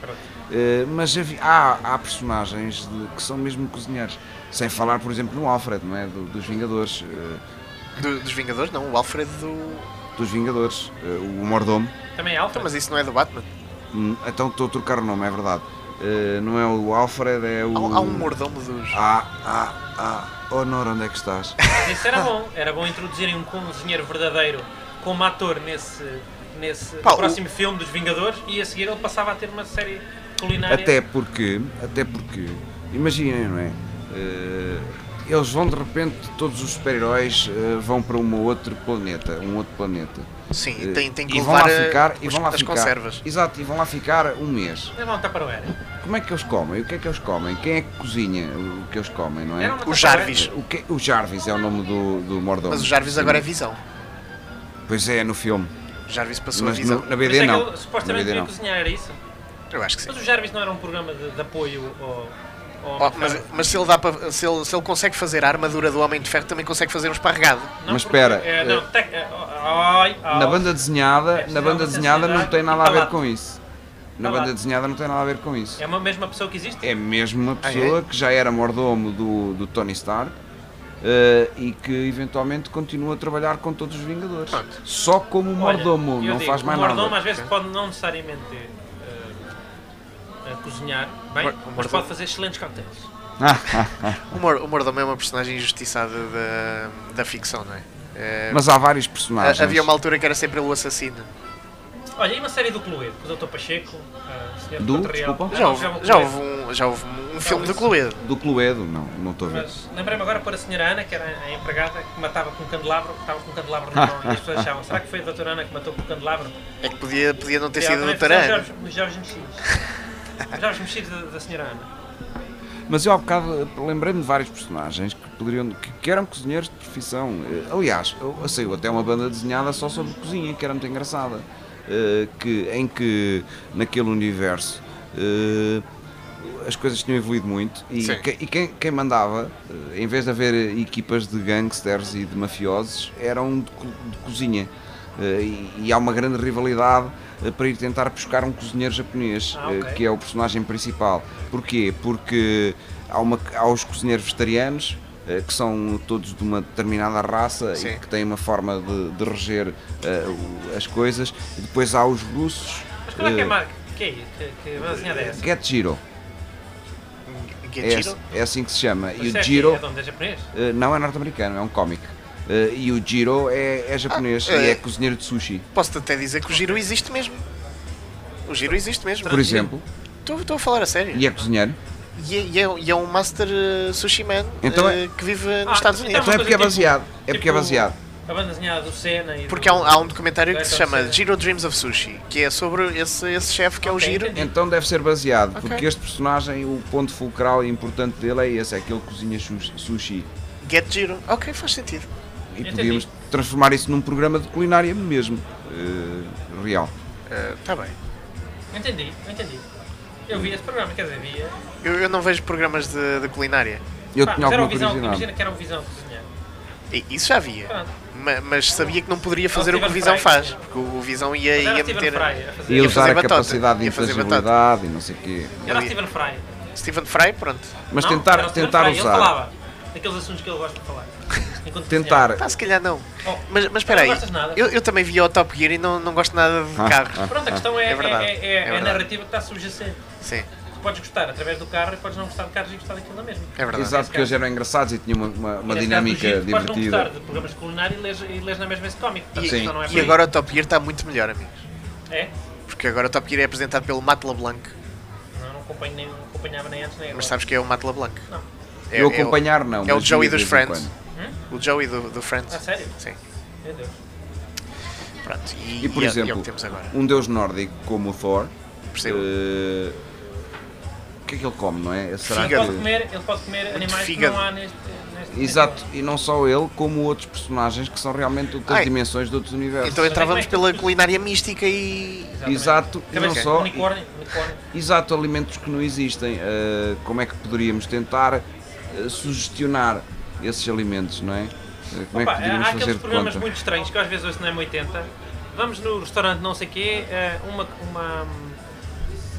Speaker 5: Eh, mas havia- há, há personagens de- que são mesmo cozinheiros. Sem falar, por exemplo, no Alfred, não é? Do- dos Vingadores. eh,
Speaker 3: Do- dos Vingadores, não. O Alfred do.
Speaker 5: dos Vingadores. eh, o Mordomo.
Speaker 4: Também é Alfa,
Speaker 3: Então,
Speaker 4: mas
Speaker 3: mas isso não é do Batman.
Speaker 5: Hum, Então estou a trocar o nome, é verdade. Eh, não é o Alfred, é o.
Speaker 3: Há, há um mordomo dos.
Speaker 5: Ah, ah, ah. Honor, onde é que estás?
Speaker 4: isso era bom. Era bom introduzirem um cozinheiro verdadeiro como ator nesse. Nesse
Speaker 3: Pá, o-
Speaker 4: próximo filme dos Vingadores e a seguir ele passava a ter uma série culinária.
Speaker 5: Até porque, até porque, imaginem, não é? Eh, eles vão de repente, todos os super-heróis eh, vão para um outro planeta, um outro planeta.
Speaker 3: Sim,
Speaker 5: Eh,
Speaker 3: tem, tem que
Speaker 5: e vão
Speaker 3: levar
Speaker 5: lá
Speaker 3: eh,
Speaker 5: ficar, e
Speaker 3: os-
Speaker 5: vão lá
Speaker 3: as
Speaker 5: ficar.
Speaker 3: conservas.
Speaker 5: Exato, e vão lá ficar um mês.
Speaker 4: Levam um Tupperware.
Speaker 5: Como é que eles comem? O que é que eles comem? Quem é que cozinha o que eles comem, não é?
Speaker 4: Era uma
Speaker 3: O
Speaker 4: Tupperware.
Speaker 3: Jarvis.
Speaker 5: O, que- o Jarvis é o nome do, do mordomo.
Speaker 3: Mas o Jarvis
Speaker 5: Sim.
Speaker 3: agora é visão.
Speaker 5: Pois é, no filme.
Speaker 3: O Jarvis passou a
Speaker 5: Mas no-
Speaker 3: visão.
Speaker 5: na
Speaker 4: Mas é
Speaker 5: BD
Speaker 4: que
Speaker 5: não.
Speaker 4: ele
Speaker 5: Na
Speaker 4: supostamente
Speaker 5: BD
Speaker 4: queria
Speaker 5: não.
Speaker 4: cozinhar, era isso?
Speaker 3: Eu acho que sim.
Speaker 4: Mas o Jarvis não era um programa de, de apoio ao... ao
Speaker 3: Oh, mas, mas se, ele dá pra, se, ele, se ele consegue fazer a armadura do Homem de Ferro, também consegue fazer um esparregado.
Speaker 4: Não,
Speaker 5: Mas
Speaker 4: porque-
Speaker 5: espera,
Speaker 4: é, não,
Speaker 5: eh,
Speaker 4: tec- é, ai, ai.
Speaker 5: Na banda desenhada,
Speaker 4: Esta
Speaker 5: na
Speaker 4: é
Speaker 5: banda
Speaker 4: uma
Speaker 5: desenhada não
Speaker 4: sensibilidade
Speaker 5: tem nada a ver
Speaker 4: instalada.
Speaker 5: com isso. Na
Speaker 4: Instalada.
Speaker 5: banda desenhada não tem nada a ver com isso.
Speaker 4: É uma mesma pessoa que existe?
Speaker 5: É mesmo uma
Speaker 3: Ah, é?
Speaker 5: pessoa que já era mordomo do, do Tony Stark eh, e que eventualmente continua a trabalhar com todos os Vingadores.
Speaker 3: Pronto.
Speaker 5: Só como
Speaker 4: Olha,
Speaker 5: mordomo,
Speaker 4: eu
Speaker 5: não
Speaker 4: digo,
Speaker 5: faz mais
Speaker 4: o mordomo
Speaker 5: nada.
Speaker 4: às vezes pode não necessariamente eh, eh, cozinhar bem,
Speaker 3: Mor- o
Speaker 4: mas
Speaker 3: mordomo-
Speaker 4: pode fazer excelentes cocktails.
Speaker 3: O, Mor o Mordomo é uma personagem injustiçada da, da ficção, não é? Eh,
Speaker 5: Mas há vários
Speaker 3: a-
Speaker 5: personagens.
Speaker 3: havia uma altura que era sempre ele o assassino.
Speaker 4: Olha, e uma série do Cluedo, com o Dr. Pacheco, eh, o Sr.
Speaker 5: Do?
Speaker 4: Dr. Real.
Speaker 5: Desculpa.
Speaker 4: Ah,
Speaker 3: Já
Speaker 4: não,
Speaker 3: houve,
Speaker 4: é o
Speaker 3: já
Speaker 4: Cluedo.
Speaker 3: houve um, já houve um filme de
Speaker 4: isso.
Speaker 3: Cluedo.
Speaker 5: Do Cluedo, não, não estou a ver.
Speaker 4: Mas lembrei-me agora para a senhora Ana, que era a empregada, que matava com um candelabro, que estava com um candelabro na mão, e as pessoas achavam, será que foi a doutora Ana que matou com um candelabro?
Speaker 3: É que podia, podia não ter
Speaker 4: E ela
Speaker 3: sido
Speaker 4: também
Speaker 3: do Tarano.
Speaker 4: fazia Os Jorge Mexidos. Os Jorge Mexidos da, da senhora Ana.
Speaker 5: Mas eu há bocado eh, lembrei-me de vários personagens que poderiam que, que eram cozinheiros de profissão. Eh, Aliás, eu- eu saiu até uma banda desenhada só sobre cozinha, que era muito engraçada. Eh, que, em que naquele universo eh, as coisas tinham evoluído muito e,
Speaker 3: Sim.
Speaker 5: que- e quem, quem mandava, eh, em vez de haver equipas de gangsters e de mafiosos, eram de, co- de cozinha. Eh, e, e há uma grande rivalidade eh, para ir tentar buscar um cozinheiro japonês,
Speaker 4: Ah,
Speaker 5: eh,
Speaker 4: ok.
Speaker 5: que é o personagem principal. Porquê? Porque há, uma, há os cozinheiros vegetarianos, eh, que são todos de uma determinada raça
Speaker 3: Sim.
Speaker 5: e que têm uma forma de, de reger eh, o- as coisas. E depois há os russos.
Speaker 4: Mas como é que é
Speaker 5: eh,
Speaker 4: Marco? Que é isso? Que, que desenhada é essa?
Speaker 5: Get Giro. É,
Speaker 3: Gachiro?
Speaker 5: é assim que se chama.
Speaker 4: Mas
Speaker 5: E
Speaker 4: isso é
Speaker 5: o
Speaker 4: que
Speaker 5: Giro
Speaker 4: É de onde é japonês?
Speaker 5: eh, não é norte-americano, é um cómic. Eh, e o Giro é, é japonês
Speaker 3: Ah,
Speaker 5: e
Speaker 3: eh,
Speaker 5: é cozinheiro de sushi.
Speaker 3: Posso-te até dizer que o giro existe mesmo. O giro existe mesmo.
Speaker 5: Por exemplo,
Speaker 3: Estou estou a falar a sério.
Speaker 5: e é cozinheiro.
Speaker 4: Ah,
Speaker 3: E é, e é- e é um Master eh, Sushi Man
Speaker 5: Então é-
Speaker 3: eh, que vive nos
Speaker 4: Ah,
Speaker 3: Estados
Speaker 4: então
Speaker 3: Unidos.
Speaker 5: Então é porque é
Speaker 4: tipo-
Speaker 5: baseado. É porque é
Speaker 4: tipo
Speaker 5: baseado.
Speaker 4: A banda desenhada do Senna e do-
Speaker 3: Porque há um, há um documentário que
Speaker 4: Vai
Speaker 3: se chama
Speaker 4: acontecer.
Speaker 3: Giro Dreams of Sushi, que é sobre esse, esse chefe que é o
Speaker 4: é. Ok,
Speaker 3: Giro.
Speaker 4: entendi.
Speaker 5: Então deve ser baseado,
Speaker 3: Ok.
Speaker 5: porque este personagem, o ponto fulcral e importante dele é esse, é que ele cozinha sus- sushi.
Speaker 3: Get Giro. Ok, faz sentido.
Speaker 5: E
Speaker 4: Entendi.
Speaker 5: podíamos transformar isso num programa de culinária mesmo, eh, real.
Speaker 3: Está Uh, tá bem.
Speaker 4: Entendi, entendi. Eu vi esse programa, quer dizer, via.
Speaker 3: Eu, eu não vejo programas de, de culinária.
Speaker 5: Eu
Speaker 4: Pá,
Speaker 5: tinha
Speaker 4: mas era
Speaker 5: alguma
Speaker 4: o visão,
Speaker 5: curiosidade.
Speaker 4: imagina que era o visão que desenhava.
Speaker 3: E- Isso já havia.
Speaker 4: Pronto.
Speaker 3: Ma- mas sabia que não poderia fazer
Speaker 4: Ou
Speaker 3: o que o
Speaker 4: Steven
Speaker 3: Visão
Speaker 4: Fry.
Speaker 3: faz. Porque o o Visão ia,
Speaker 4: Mas era
Speaker 3: ia
Speaker 4: Steven
Speaker 3: meter.
Speaker 4: Fry a fazer.
Speaker 5: E
Speaker 3: Ia
Speaker 5: usar
Speaker 3: fazer
Speaker 5: a
Speaker 3: batata,
Speaker 5: capacidade de
Speaker 3: ia fazer
Speaker 5: intangibilidade e não sei o quê.
Speaker 4: Era o
Speaker 3: ali.
Speaker 4: Steven Fry.
Speaker 3: Stephen Fry, pronto.
Speaker 5: Mas
Speaker 4: Não, era
Speaker 5: tentar,
Speaker 4: o Steven
Speaker 5: tentar
Speaker 4: Fry, Ele
Speaker 5: usar.
Speaker 4: falava daqueles assuntos que ele gosta de falar. enquanto
Speaker 5: Tentar.
Speaker 3: Pá, se calhar não.
Speaker 4: desenhava. Oh,
Speaker 3: Mas, mas espera aí.
Speaker 4: Não gostas nada.
Speaker 3: Eu, eu também vi o Top Gear e não, não gosto nada de
Speaker 5: Ah,
Speaker 3: carros.
Speaker 5: ah.
Speaker 4: Pronto, a questão é,
Speaker 3: É
Speaker 4: é,
Speaker 3: verdade,
Speaker 4: é- é
Speaker 3: é
Speaker 4: a
Speaker 3: verdade.
Speaker 4: narrativa que está subjacente.
Speaker 3: Sim,
Speaker 4: Tu podes gostar através do carro e podes não gostar de carros e gostar daquilo da mesma.
Speaker 3: é verdade.
Speaker 5: Exato, porque eles eram engraçados e tinha uma, uma, uma
Speaker 4: E nesse
Speaker 5: dinâmica
Speaker 4: caso do um giro, tu Podes não
Speaker 5: divertida.
Speaker 4: gostar de programas de culinária e lês, e lês na mesma esse cómic. portanto,
Speaker 3: E,
Speaker 5: Sim.
Speaker 4: só não é por
Speaker 3: e
Speaker 4: aí.
Speaker 3: agora o Top Gear está muito melhor, amigos.
Speaker 4: É?
Speaker 3: Porque agora o Top Gear é apresentado pelo Matt LeBlanc.
Speaker 4: Não, não acompanho nem, não acompanhava nem antes nem agora.
Speaker 3: Mas sabes que é o Matt LeBlanc?
Speaker 4: Não.
Speaker 3: É, é
Speaker 5: Eu
Speaker 3: o-
Speaker 5: acompanhar não,
Speaker 3: É o
Speaker 5: mas
Speaker 3: Joey
Speaker 5: via
Speaker 3: dos
Speaker 5: de vez em
Speaker 3: Friends.
Speaker 5: quando.
Speaker 3: O Joey do, do Friends.
Speaker 4: Hum? Ah, sério?
Speaker 3: Sim.
Speaker 4: Meu Deus.
Speaker 3: Pronto. E,
Speaker 5: E por
Speaker 3: e é- é o
Speaker 5: exemplo, uh,
Speaker 3: que temos agora.
Speaker 5: um deus nórdico como o Thor,
Speaker 3: Percebo.
Speaker 5: eh, o que é que ele come, não é? Será
Speaker 4: Ele
Speaker 3: Fígado.
Speaker 4: pode comer, ele pode comer animais
Speaker 3: fígado.
Speaker 4: que não há neste. neste
Speaker 5: Exato, e não só ele, como outros personagens que são realmente de outras
Speaker 3: Ai.
Speaker 5: dimensões de outros universos.
Speaker 3: Então entrávamos
Speaker 4: como é
Speaker 3: pela culinária mística e.
Speaker 4: Exatamente.
Speaker 5: Exato, e
Speaker 4: Também
Speaker 5: não
Speaker 4: tem
Speaker 5: só.
Speaker 4: Unicórnio, unicórnio.
Speaker 5: Exato, alimentos que não existem. eh, como é que poderíamos tentar eh, sugestionar esses alimentos, não é? Eh, como
Speaker 4: Opa,
Speaker 5: é que poderíamos
Speaker 4: há
Speaker 5: fazer
Speaker 4: aqueles
Speaker 5: de
Speaker 4: programas
Speaker 5: conta?
Speaker 4: muito estranhos que eu às vezes ouço na M80. Vamos no restaurante não sei quê, eh, uma, uma,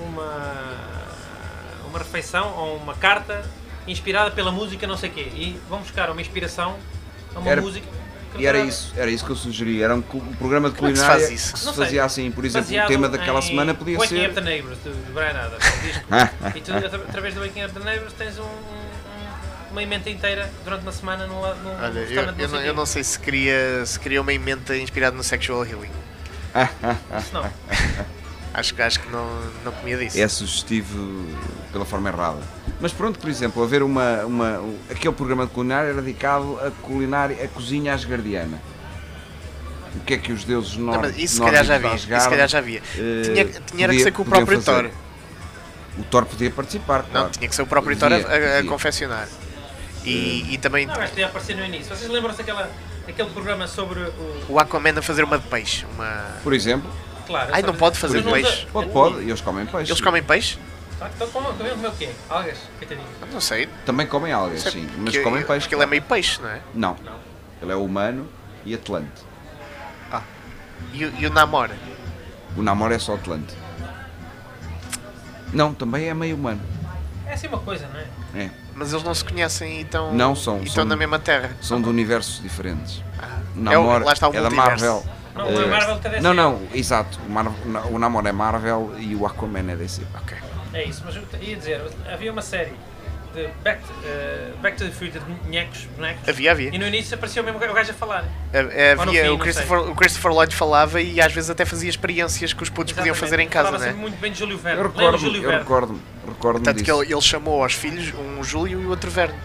Speaker 4: uma, uma refeição ou uma carta inspirada pela música não sei quê. E vão buscar uma inspiração a uma
Speaker 5: Era-
Speaker 4: música. que
Speaker 5: E era
Speaker 4: não
Speaker 5: isso, era isso que eu sugeri. Era um, cu- um programa de
Speaker 3: Como é que se faz
Speaker 5: culinária que
Speaker 3: isso?
Speaker 5: se
Speaker 4: Não sei.
Speaker 5: fazia assim. Por exemplo,
Speaker 4: Baseado
Speaker 5: o tema daquela
Speaker 4: em é
Speaker 5: semana podia
Speaker 4: Waking
Speaker 5: ser. Ah,
Speaker 4: Up the Neighbors, de de Brian Adams, um disco. e tu, atra- através do Waking Up the Neighbors, tens um- um- uma emenda inteira durante uma semana num, la- num
Speaker 3: Olha, eu,
Speaker 4: restaurante
Speaker 3: eu
Speaker 4: não
Speaker 3: não,
Speaker 4: sei
Speaker 3: eu
Speaker 4: quê.
Speaker 3: não sei se
Speaker 5: Ah,
Speaker 3: queria, se queria uma emenda inspirada no sexual healing.
Speaker 4: Isso não.
Speaker 3: Acho, que- acho que não, não comia disso.
Speaker 5: é sugestivo pela forma errada. Mas pronto, por exemplo, haver uma, uma um- aquele programa de culinária era dedicado a culinária, a cozinha asgardiana. O que é que os deuses
Speaker 3: Não,
Speaker 5: nor- nórdicos
Speaker 3: mas isso se calhar já havia.
Speaker 5: de
Speaker 3: Isso se calhar já havia.
Speaker 5: eh,
Speaker 3: tinha tinha era que
Speaker 5: podia-
Speaker 3: ser com o
Speaker 5: podiam
Speaker 3: próprio
Speaker 5: fazer.
Speaker 3: Thor.
Speaker 5: O Thor podia participar,
Speaker 3: Não,
Speaker 5: claro.
Speaker 3: tinha que ser o próprio Thor a,
Speaker 5: Podia,
Speaker 3: a- a
Speaker 5: podia.
Speaker 3: confeccionar.
Speaker 5: Eh.
Speaker 3: E, e
Speaker 5: ah.
Speaker 3: também
Speaker 4: Não, acho que ia aparecer no início. Vocês lembram-se daquela- daquele programa sobre o.
Speaker 3: o Aquaman a fazer uma de peixe. Uma...
Speaker 5: Por exemplo,
Speaker 4: Claro.
Speaker 3: Ai, não pode fazer peixe.
Speaker 5: pode, pode, e eles comem peixe.
Speaker 3: Eles comem peixe?
Speaker 4: Então, como comem o quê? Algas? Coitadinho.
Speaker 3: Eu Não sei.
Speaker 5: Também comem algas,
Speaker 3: Sei
Speaker 5: sim,
Speaker 3: porque-
Speaker 5: mas comem peixe.
Speaker 3: Porque ele é meio peixe, não é?
Speaker 5: Não,
Speaker 4: Não.
Speaker 5: ele é humano e atlante.
Speaker 3: E, o- e o Namor?
Speaker 5: O namoro é só atlante. Não, também é meio humano.
Speaker 4: É assim uma coisa, não é?
Speaker 5: É.
Speaker 3: Mas eles não se conhecem e estão,
Speaker 5: Não, são-
Speaker 3: e
Speaker 5: são-
Speaker 3: estão na mesma terra.
Speaker 5: São de universos diferentes.
Speaker 3: Ah,
Speaker 5: O
Speaker 3: é o-
Speaker 5: Namor
Speaker 3: lá está o
Speaker 5: é da
Speaker 3: multiverso.
Speaker 5: Marvel.
Speaker 4: Não,
Speaker 5: Eh,
Speaker 4: o Marvel que é DC.
Speaker 5: Não, não, exato. O, Mar... o Namor é Marvel e o Aquaman é DC.
Speaker 3: Ok.
Speaker 4: É isso, mas eu te- ia dizer, havia uma série de Back, eh, Back to the Future de bonecos, bonecos.
Speaker 3: Havia, havia.
Speaker 4: E no início aparecia o mesmo ga- o gajo a falar.
Speaker 3: É- é,
Speaker 4: Ou no
Speaker 3: havia-
Speaker 4: fim,
Speaker 3: o,
Speaker 4: não
Speaker 3: Christopher, o Christopher Lloyd falava e às vezes até fazia experiências que os putos podiam
Speaker 4: Exatamente.
Speaker 3: fazer em casa,
Speaker 4: Falava
Speaker 3: né?
Speaker 4: sempre muito bem de Júlio Verne.
Speaker 5: Eu
Speaker 4: Lembra o
Speaker 5: recordo,
Speaker 4: Júlio
Speaker 5: eu
Speaker 4: Verne?
Speaker 5: recordo, recordo
Speaker 3: Tanto que
Speaker 5: disso.
Speaker 3: ele, ele chamou aos filhos um Júlio e o outro Verne.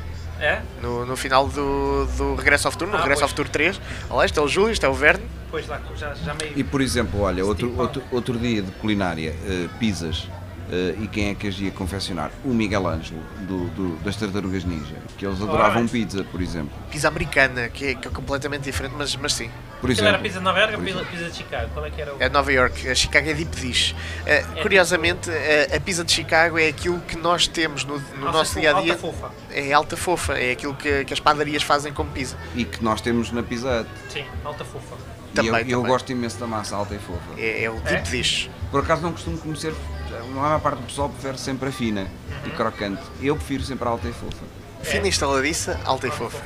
Speaker 4: É?
Speaker 3: No, no final do, do Regresso ao Futuro, no
Speaker 4: Ah,
Speaker 3: Regresso ao
Speaker 4: pois.
Speaker 3: Futuro 3. Olha, este é o Júlio, este é o Verne.
Speaker 4: Pois lá, já, já meio...
Speaker 5: E por exemplo, olha, outro,
Speaker 4: Steve
Speaker 5: outro, outro dia de culinária, eh, pizzas. eh, e quem é que as ia confeccionar? O Miguel Ângelo, do, do- das Tartarugas Ninja, que eles adoravam
Speaker 4: Ora.
Speaker 5: pizza, por exemplo.
Speaker 3: Pizza americana, que é, que é completamente diferente, mas, mas sim.
Speaker 5: Por
Speaker 4: Aquilo era
Speaker 5: exemplo,
Speaker 4: pizza de Nova York ou
Speaker 5: por
Speaker 4: pizza,
Speaker 5: exemplo.
Speaker 4: pizza de Chicago? Qual é que era o...
Speaker 3: É Nova York, a Chicago é deep dish. Uh, curiosamente, eh, a, a pizza de Chicago é aquilo que nós temos no, no
Speaker 4: Alta
Speaker 3: nosso
Speaker 4: fo-
Speaker 3: dia a dia.
Speaker 4: Alta fofa.
Speaker 3: É alta fofa, é aquilo que, que as padarias fazem como pizza.
Speaker 5: e que nós temos na Pizza Hut.
Speaker 4: Sim, alta fofa.
Speaker 5: E
Speaker 3: Também,
Speaker 5: eu, eu
Speaker 3: também.
Speaker 5: gosto imenso da massa alta e fofa.
Speaker 3: É, é o deep
Speaker 4: É?
Speaker 3: dish.
Speaker 5: Por acaso não costumo conhecer, a maior parte do pessoal prefere sempre a fina e crocante. Eu prefiro sempre a alta e fofa.
Speaker 4: É.
Speaker 3: Fina instaladiça, alta e fofa.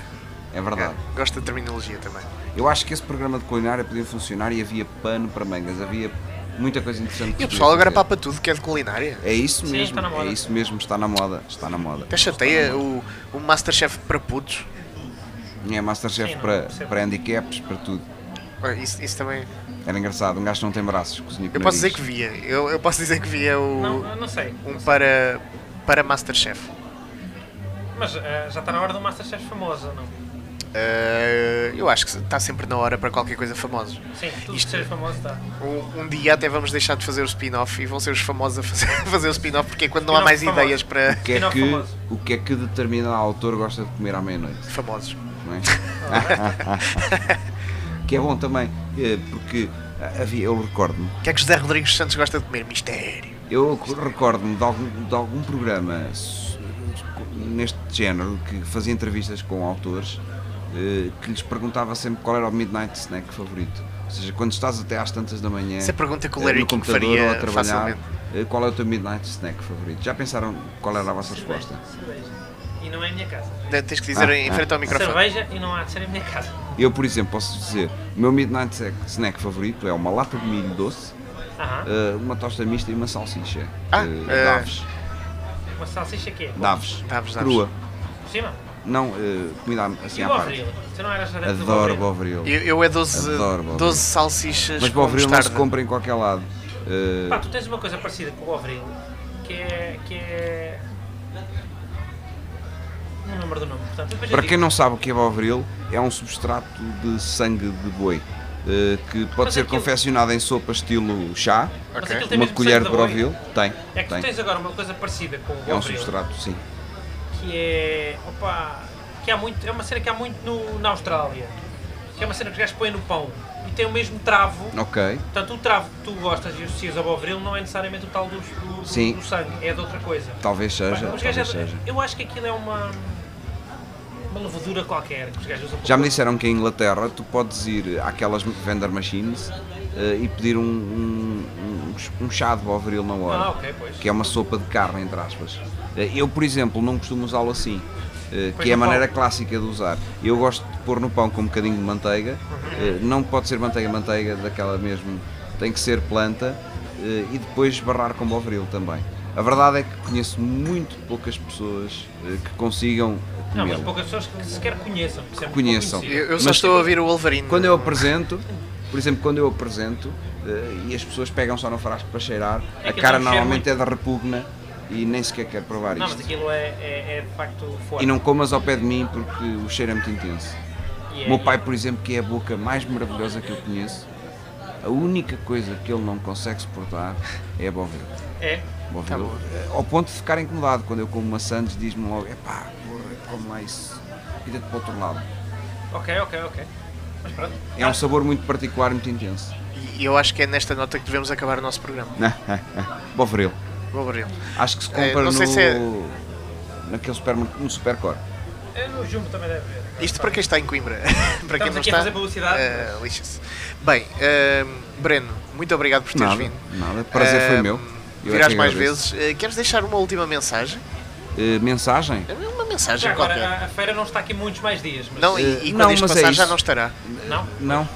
Speaker 5: É verdade.
Speaker 3: É, Gosto da terminologia também.
Speaker 5: Eu acho que esse programa de culinária podia funcionar e havia pano para mangas, havia muita coisa interessante. que
Speaker 3: E o
Speaker 5: se
Speaker 3: pessoal
Speaker 5: podia
Speaker 3: agora
Speaker 5: fazer.
Speaker 3: papa tudo que é de culinária.
Speaker 5: É isso
Speaker 4: Sim,
Speaker 5: mesmo,
Speaker 4: está na moda.
Speaker 5: é isso mesmo, está na moda, está na moda.
Speaker 3: Até chateia o, o Masterchef para putos.
Speaker 5: É
Speaker 4: Sim,
Speaker 5: Masterchef
Speaker 4: não
Speaker 5: para,
Speaker 4: percebo.
Speaker 5: para handicaps, para tudo.
Speaker 3: Olha, Isso, isso também.
Speaker 5: Era engraçado, um gajo não tem braços, cozinha com
Speaker 3: Eu posso dizer
Speaker 5: nariz.
Speaker 3: que via. Eu, eu posso dizer que via o,
Speaker 4: Não, eu não sei.
Speaker 3: um para, para Masterchef.
Speaker 4: Mas eh, já está na hora do Masterchef famoso, não?
Speaker 3: Eh, eu acho que está sempre na hora para qualquer coisa famosa.
Speaker 4: Sim,
Speaker 3: Isto- é-
Speaker 4: tudo que seja famoso está.
Speaker 3: Um, um dia até vamos deixar de fazer o spin-off e vão ser os famosos a fazer, fazer o spin-off porque é quando não há
Speaker 4: Spin-off
Speaker 3: mais
Speaker 4: famoso.
Speaker 3: ideias para
Speaker 5: O que, é
Speaker 4: Final famoso.
Speaker 5: que, o que é que determinado autor gosta de comer à meia-noite?
Speaker 3: famosos.
Speaker 5: não é? que é bom também, eh, porque havia, eu recordo-me,
Speaker 3: O que é que José Rodrigues Santos gosta de comer? Mistério.
Speaker 5: Eu recordo-me de algum, de algum programa s- neste género que fazia entrevistas com autores eh, que lhes perguntava sempre qual era o midnight snack favorito. Ou seja, quando estás até às tantas da manhã
Speaker 3: Essa pergunta que o
Speaker 5: eh,
Speaker 3: Larry
Speaker 5: no
Speaker 3: King
Speaker 5: computador
Speaker 3: faria
Speaker 5: ou a trabalhar,
Speaker 3: facilmente.
Speaker 5: eh, qual é o teu midnight snack favorito? Já pensaram qual era a vossa resposta?
Speaker 4: Cerveja. E não é em minha casa.
Speaker 3: Não, Tens que dizer
Speaker 5: Ah,
Speaker 3: em
Speaker 5: ah.
Speaker 3: frente ao microfone.
Speaker 4: Cerveja e não há de ser em minha casa.
Speaker 5: Eu, por exemplo, posso dizer, o meu midnight snack- snack favorito é uma lata de milho doce,
Speaker 4: Aham.
Speaker 5: eh, uma tosta mista e uma salsicha
Speaker 3: Ah,
Speaker 5: eh,
Speaker 3: eh,
Speaker 5: de aves.
Speaker 4: Uma salsicha que é?
Speaker 5: De aves.
Speaker 3: De aves, de aves.
Speaker 5: Crua.
Speaker 4: Por cima?
Speaker 5: Não, eh, comida assim
Speaker 4: E
Speaker 5: à
Speaker 4: o
Speaker 5: parte.
Speaker 4: Bovril? Você não era gerente do
Speaker 5: Adoro
Speaker 4: Bovril?
Speaker 5: Bovril.
Speaker 3: Eu, eu é 12,
Speaker 5: Adoro Bovril.
Speaker 3: 12 salsichas
Speaker 5: Mas
Speaker 3: com
Speaker 5: Bovril não se
Speaker 3: mostarda.
Speaker 5: compra em qualquer lado. Uh,
Speaker 4: Pá, tu tens uma coisa parecida com o Bovril, que é... que é... Não lembro do nome, portanto, depois eu
Speaker 5: para
Speaker 4: digo.
Speaker 5: quem não sabe o que é Bovril, é um substrato de sangue de boi uh, que pode
Speaker 4: Mas
Speaker 5: ser
Speaker 4: aquilo-
Speaker 5: confeccionado em sopa estilo chá,
Speaker 4: Mas
Speaker 3: Ok.
Speaker 4: aquilo tem
Speaker 5: uma
Speaker 4: mesmo
Speaker 5: colher de
Speaker 4: sangue boi.
Speaker 5: Bovril. Tem,
Speaker 4: É que tu
Speaker 5: tem.
Speaker 4: tens agora uma coisa parecida com o
Speaker 5: É um
Speaker 4: Bovril,
Speaker 5: substrato, sim.
Speaker 4: que é... Opa, que há muito, é uma cena que há muito no, na Austrália, que é uma cena que os gajos põem no pão e tem o mesmo travo.
Speaker 5: Ok.
Speaker 4: Portanto, o travo que tu gostas e associas ao Bovril não é necessariamente o tal do, do,
Speaker 5: Sim.
Speaker 4: do sangue, é de outra coisa.
Speaker 5: Talvez
Speaker 4: Pá,
Speaker 5: seja.
Speaker 4: os
Speaker 5: Talvez
Speaker 4: gajos-
Speaker 5: seja.
Speaker 4: Eu acho que aquilo é uma. Uma levedura qualquer que os gajos usam.
Speaker 5: Já me
Speaker 4: para-
Speaker 5: disseram que em Inglaterra tu podes ir àquelas vendor machines uh, e pedir um, um, um- um chá de Bovril na hora.
Speaker 4: Ah, ok, pois.
Speaker 5: que é uma sopa de carne, entre aspas. Eh, Eu, por exemplo, não costumo usá-lo assim, eh,
Speaker 4: Pois
Speaker 5: que é a
Speaker 4: no pão.
Speaker 5: maneira clássica de usar. Eu gosto de pôr no pão com um bocadinho de manteiga,
Speaker 4: Uhum.
Speaker 5: eh, não pode ser manteiga-manteiga daquela mesmo, tem que ser planta eh, e depois barrar com bovril também. A verdade é que conheço muito poucas pessoas eh, que consigam
Speaker 4: Não, mas
Speaker 5: comê-lo.
Speaker 4: poucas pessoas que sequer conheçam. por exemplo,
Speaker 5: Conheçam.
Speaker 4: vou conhecer.
Speaker 3: Eu, eu só
Speaker 5: Mas- tipo,
Speaker 3: estou a ouvir o Wolverine.
Speaker 5: Quando eu apresento, Por exemplo, quando eu apresento eh, e as pessoas pegam só no frasco para cheirar,
Speaker 4: É
Speaker 5: a
Speaker 4: que
Speaker 5: cara
Speaker 4: aquilo cheira
Speaker 5: normalmente é da repugna e nem sequer quero provar
Speaker 4: Não, mas
Speaker 5: isto.
Speaker 4: aquilo é, é, é de facto forte.
Speaker 5: E não comas ao pé de mim porque o cheiro é muito intenso.
Speaker 4: E é-
Speaker 5: O meu pai, por exemplo, que é a boca mais maravilhosa que eu conheço, a única coisa que ele não consegue suportar é a Bovil.
Speaker 4: É.
Speaker 5: Bovil.
Speaker 3: Tá bom.
Speaker 5: Eh, Ao ponto de ficar incomodado. Quando eu como maçãs, diz-me logo: epá, porra, come lá isso, vira-te para o outro lado.
Speaker 4: Ok, ok, ok. Mas pronto.
Speaker 5: É um sabor muito particular, muito intenso.
Speaker 3: E eu acho que é nesta nota que devemos acabar o nosso programa.
Speaker 5: Bovril.
Speaker 3: Vou abrir.
Speaker 5: Acho que se
Speaker 3: Eh,
Speaker 5: compra
Speaker 3: não sei
Speaker 5: no...
Speaker 3: se é-
Speaker 5: naquele supermercado, no Supercore.
Speaker 4: É, No Jumbo também deve haver.
Speaker 3: Isto para quem está em Coimbra. para quem
Speaker 4: Estamos
Speaker 3: não
Speaker 4: aqui a
Speaker 3: está.
Speaker 4: fazer publicidade.
Speaker 3: eh, lixa-se. Bem, eh, Breno, muito obrigado por teres
Speaker 5: Nada,
Speaker 3: vindo.
Speaker 5: nada. Prazer foi
Speaker 3: Eh,
Speaker 5: meu. Eu é
Speaker 3: Virás
Speaker 5: que
Speaker 3: mais
Speaker 5: agradeço.
Speaker 3: vezes. Eh, queres deixar uma última mensagem?
Speaker 5: Eh, mensagem?
Speaker 3: Eh, Uma
Speaker 4: Já
Speaker 3: mensagem qualquer.
Speaker 4: agora, ah, a, a feira não está aqui muitos mais dias, mas.
Speaker 3: Não, e, e
Speaker 5: Eh,
Speaker 3: quando
Speaker 5: não,
Speaker 3: isto
Speaker 5: mas é
Speaker 3: passar já
Speaker 5: isso.
Speaker 3: não estará.
Speaker 4: Não?
Speaker 5: Não.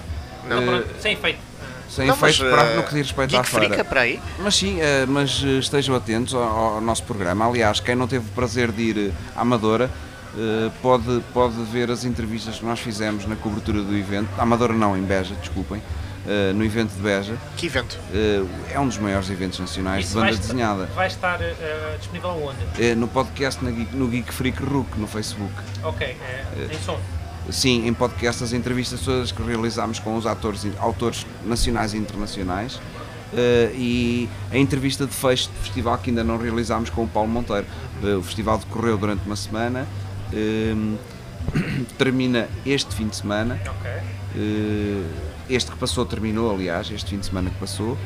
Speaker 4: Não,
Speaker 5: Eh,
Speaker 4: pronto. Sem efeito.
Speaker 5: Sem
Speaker 3: não,
Speaker 5: efeito,
Speaker 3: mas,
Speaker 5: para
Speaker 3: eh,
Speaker 5: no que diz respeito à
Speaker 3: Geek
Speaker 5: feira.
Speaker 3: Frica para aí.
Speaker 5: Mas sim, eh, mas eh, estejam atentos ao, ao nosso programa. Aliás, quem não teve o prazer de ir eh, à Amadora eh, pode, pode ver as entrevistas que nós fizemos na cobertura do evento. À Amadora não, em Beja, desculpem. Eh, no evento de Beja.
Speaker 3: Que evento?
Speaker 5: Eh, é um dos maiores eventos nacionais de
Speaker 4: Isso
Speaker 5: banda
Speaker 4: vai, estar-
Speaker 5: desenhada.
Speaker 4: vai estar eh, disponível onde?
Speaker 5: Eh, no podcast na Geek- no Geek Freak Rook, no Facebook.
Speaker 4: Ok, eh, em som.
Speaker 5: Sim, em podcast as entrevistas todas que realizámos com os atores, e- autores nacionais e internacionais eh, e a entrevista de fecho de festival que ainda não realizámos com o Paulo Monteiro. Eh, o festival decorreu durante uma semana, ehm, termina este fim de semana.
Speaker 4: Ok.
Speaker 5: Eh, Este que passou terminou, aliás, este fim de semana que passou.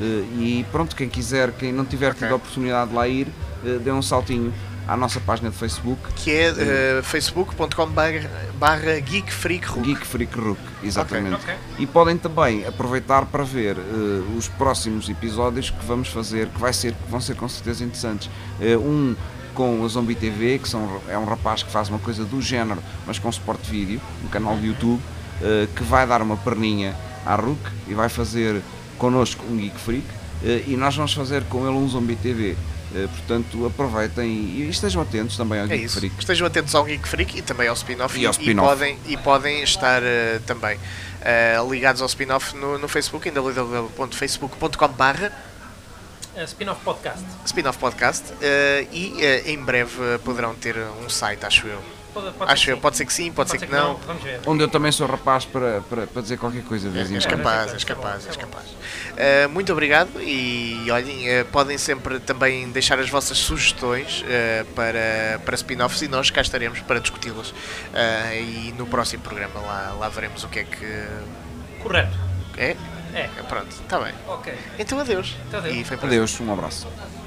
Speaker 5: Eh, E pronto, quem quiser, quem não tiver tido a oportunidade de lá ir, eh, dê um saltinho à nossa página de Facebook,
Speaker 3: Que é eh, facebook.com barra Geek Freak Rook.
Speaker 5: Geek Freak Rook, exatamente.
Speaker 4: Ok,
Speaker 5: E podem também aproveitar para ver eh, os próximos episódios que vamos fazer, que, vai ser, que vão ser com certeza interessantes. Eh, um com a Zombie TV, que são, é um rapaz que faz uma coisa do género, mas com suporte de vídeo, um canal de YouTube, eh, que vai dar uma perninha à Rook e vai fazer connosco um Geek Freak. eh, e nós vamos fazer com ele um Zombie TV. Eh, portanto, aproveitem e, e estejam atentos também ao
Speaker 3: É
Speaker 5: Geek
Speaker 3: isso.
Speaker 5: Freak.
Speaker 3: Estejam atentos ao Geek Freak e também ao spin-off.
Speaker 5: E ao spin-off.
Speaker 3: podem, e podem estar eh, também eh, ligados ao spin-off no, no Facebook, em www.facebook.com.br
Speaker 4: Eh, Spin-off podcast.
Speaker 3: spin-off podcast. eh, e eh, em breve eh, poderão ter um site, acho eu.
Speaker 4: Pode, pode
Speaker 3: Acho
Speaker 4: ser
Speaker 3: eu,
Speaker 4: que
Speaker 3: pode ser que sim, pode,
Speaker 4: sim,
Speaker 3: ser que não.
Speaker 4: Vamos ver.
Speaker 5: Onde eu também sou rapaz para, para, para dizer qualquer coisa de vez em
Speaker 3: És
Speaker 5: quando.
Speaker 3: capaz,
Speaker 4: É,
Speaker 3: és
Speaker 4: é bom,
Speaker 3: capaz,
Speaker 4: é
Speaker 3: és
Speaker 4: bom.
Speaker 3: capaz. Eh, muito obrigado e olhem, eh, podem sempre também deixar as vossas sugestões eh, para, para spin-offs e nós cá estaremos para discuti-las. Eh, e no próximo programa lá, lá veremos o que é que.
Speaker 4: Correto.
Speaker 3: É?
Speaker 4: É.
Speaker 3: Pronto, está bem.
Speaker 4: Ok.
Speaker 3: Então adeus.
Speaker 4: Então, adeus.
Speaker 3: E foi um prazer.
Speaker 5: Adeus, um abraço.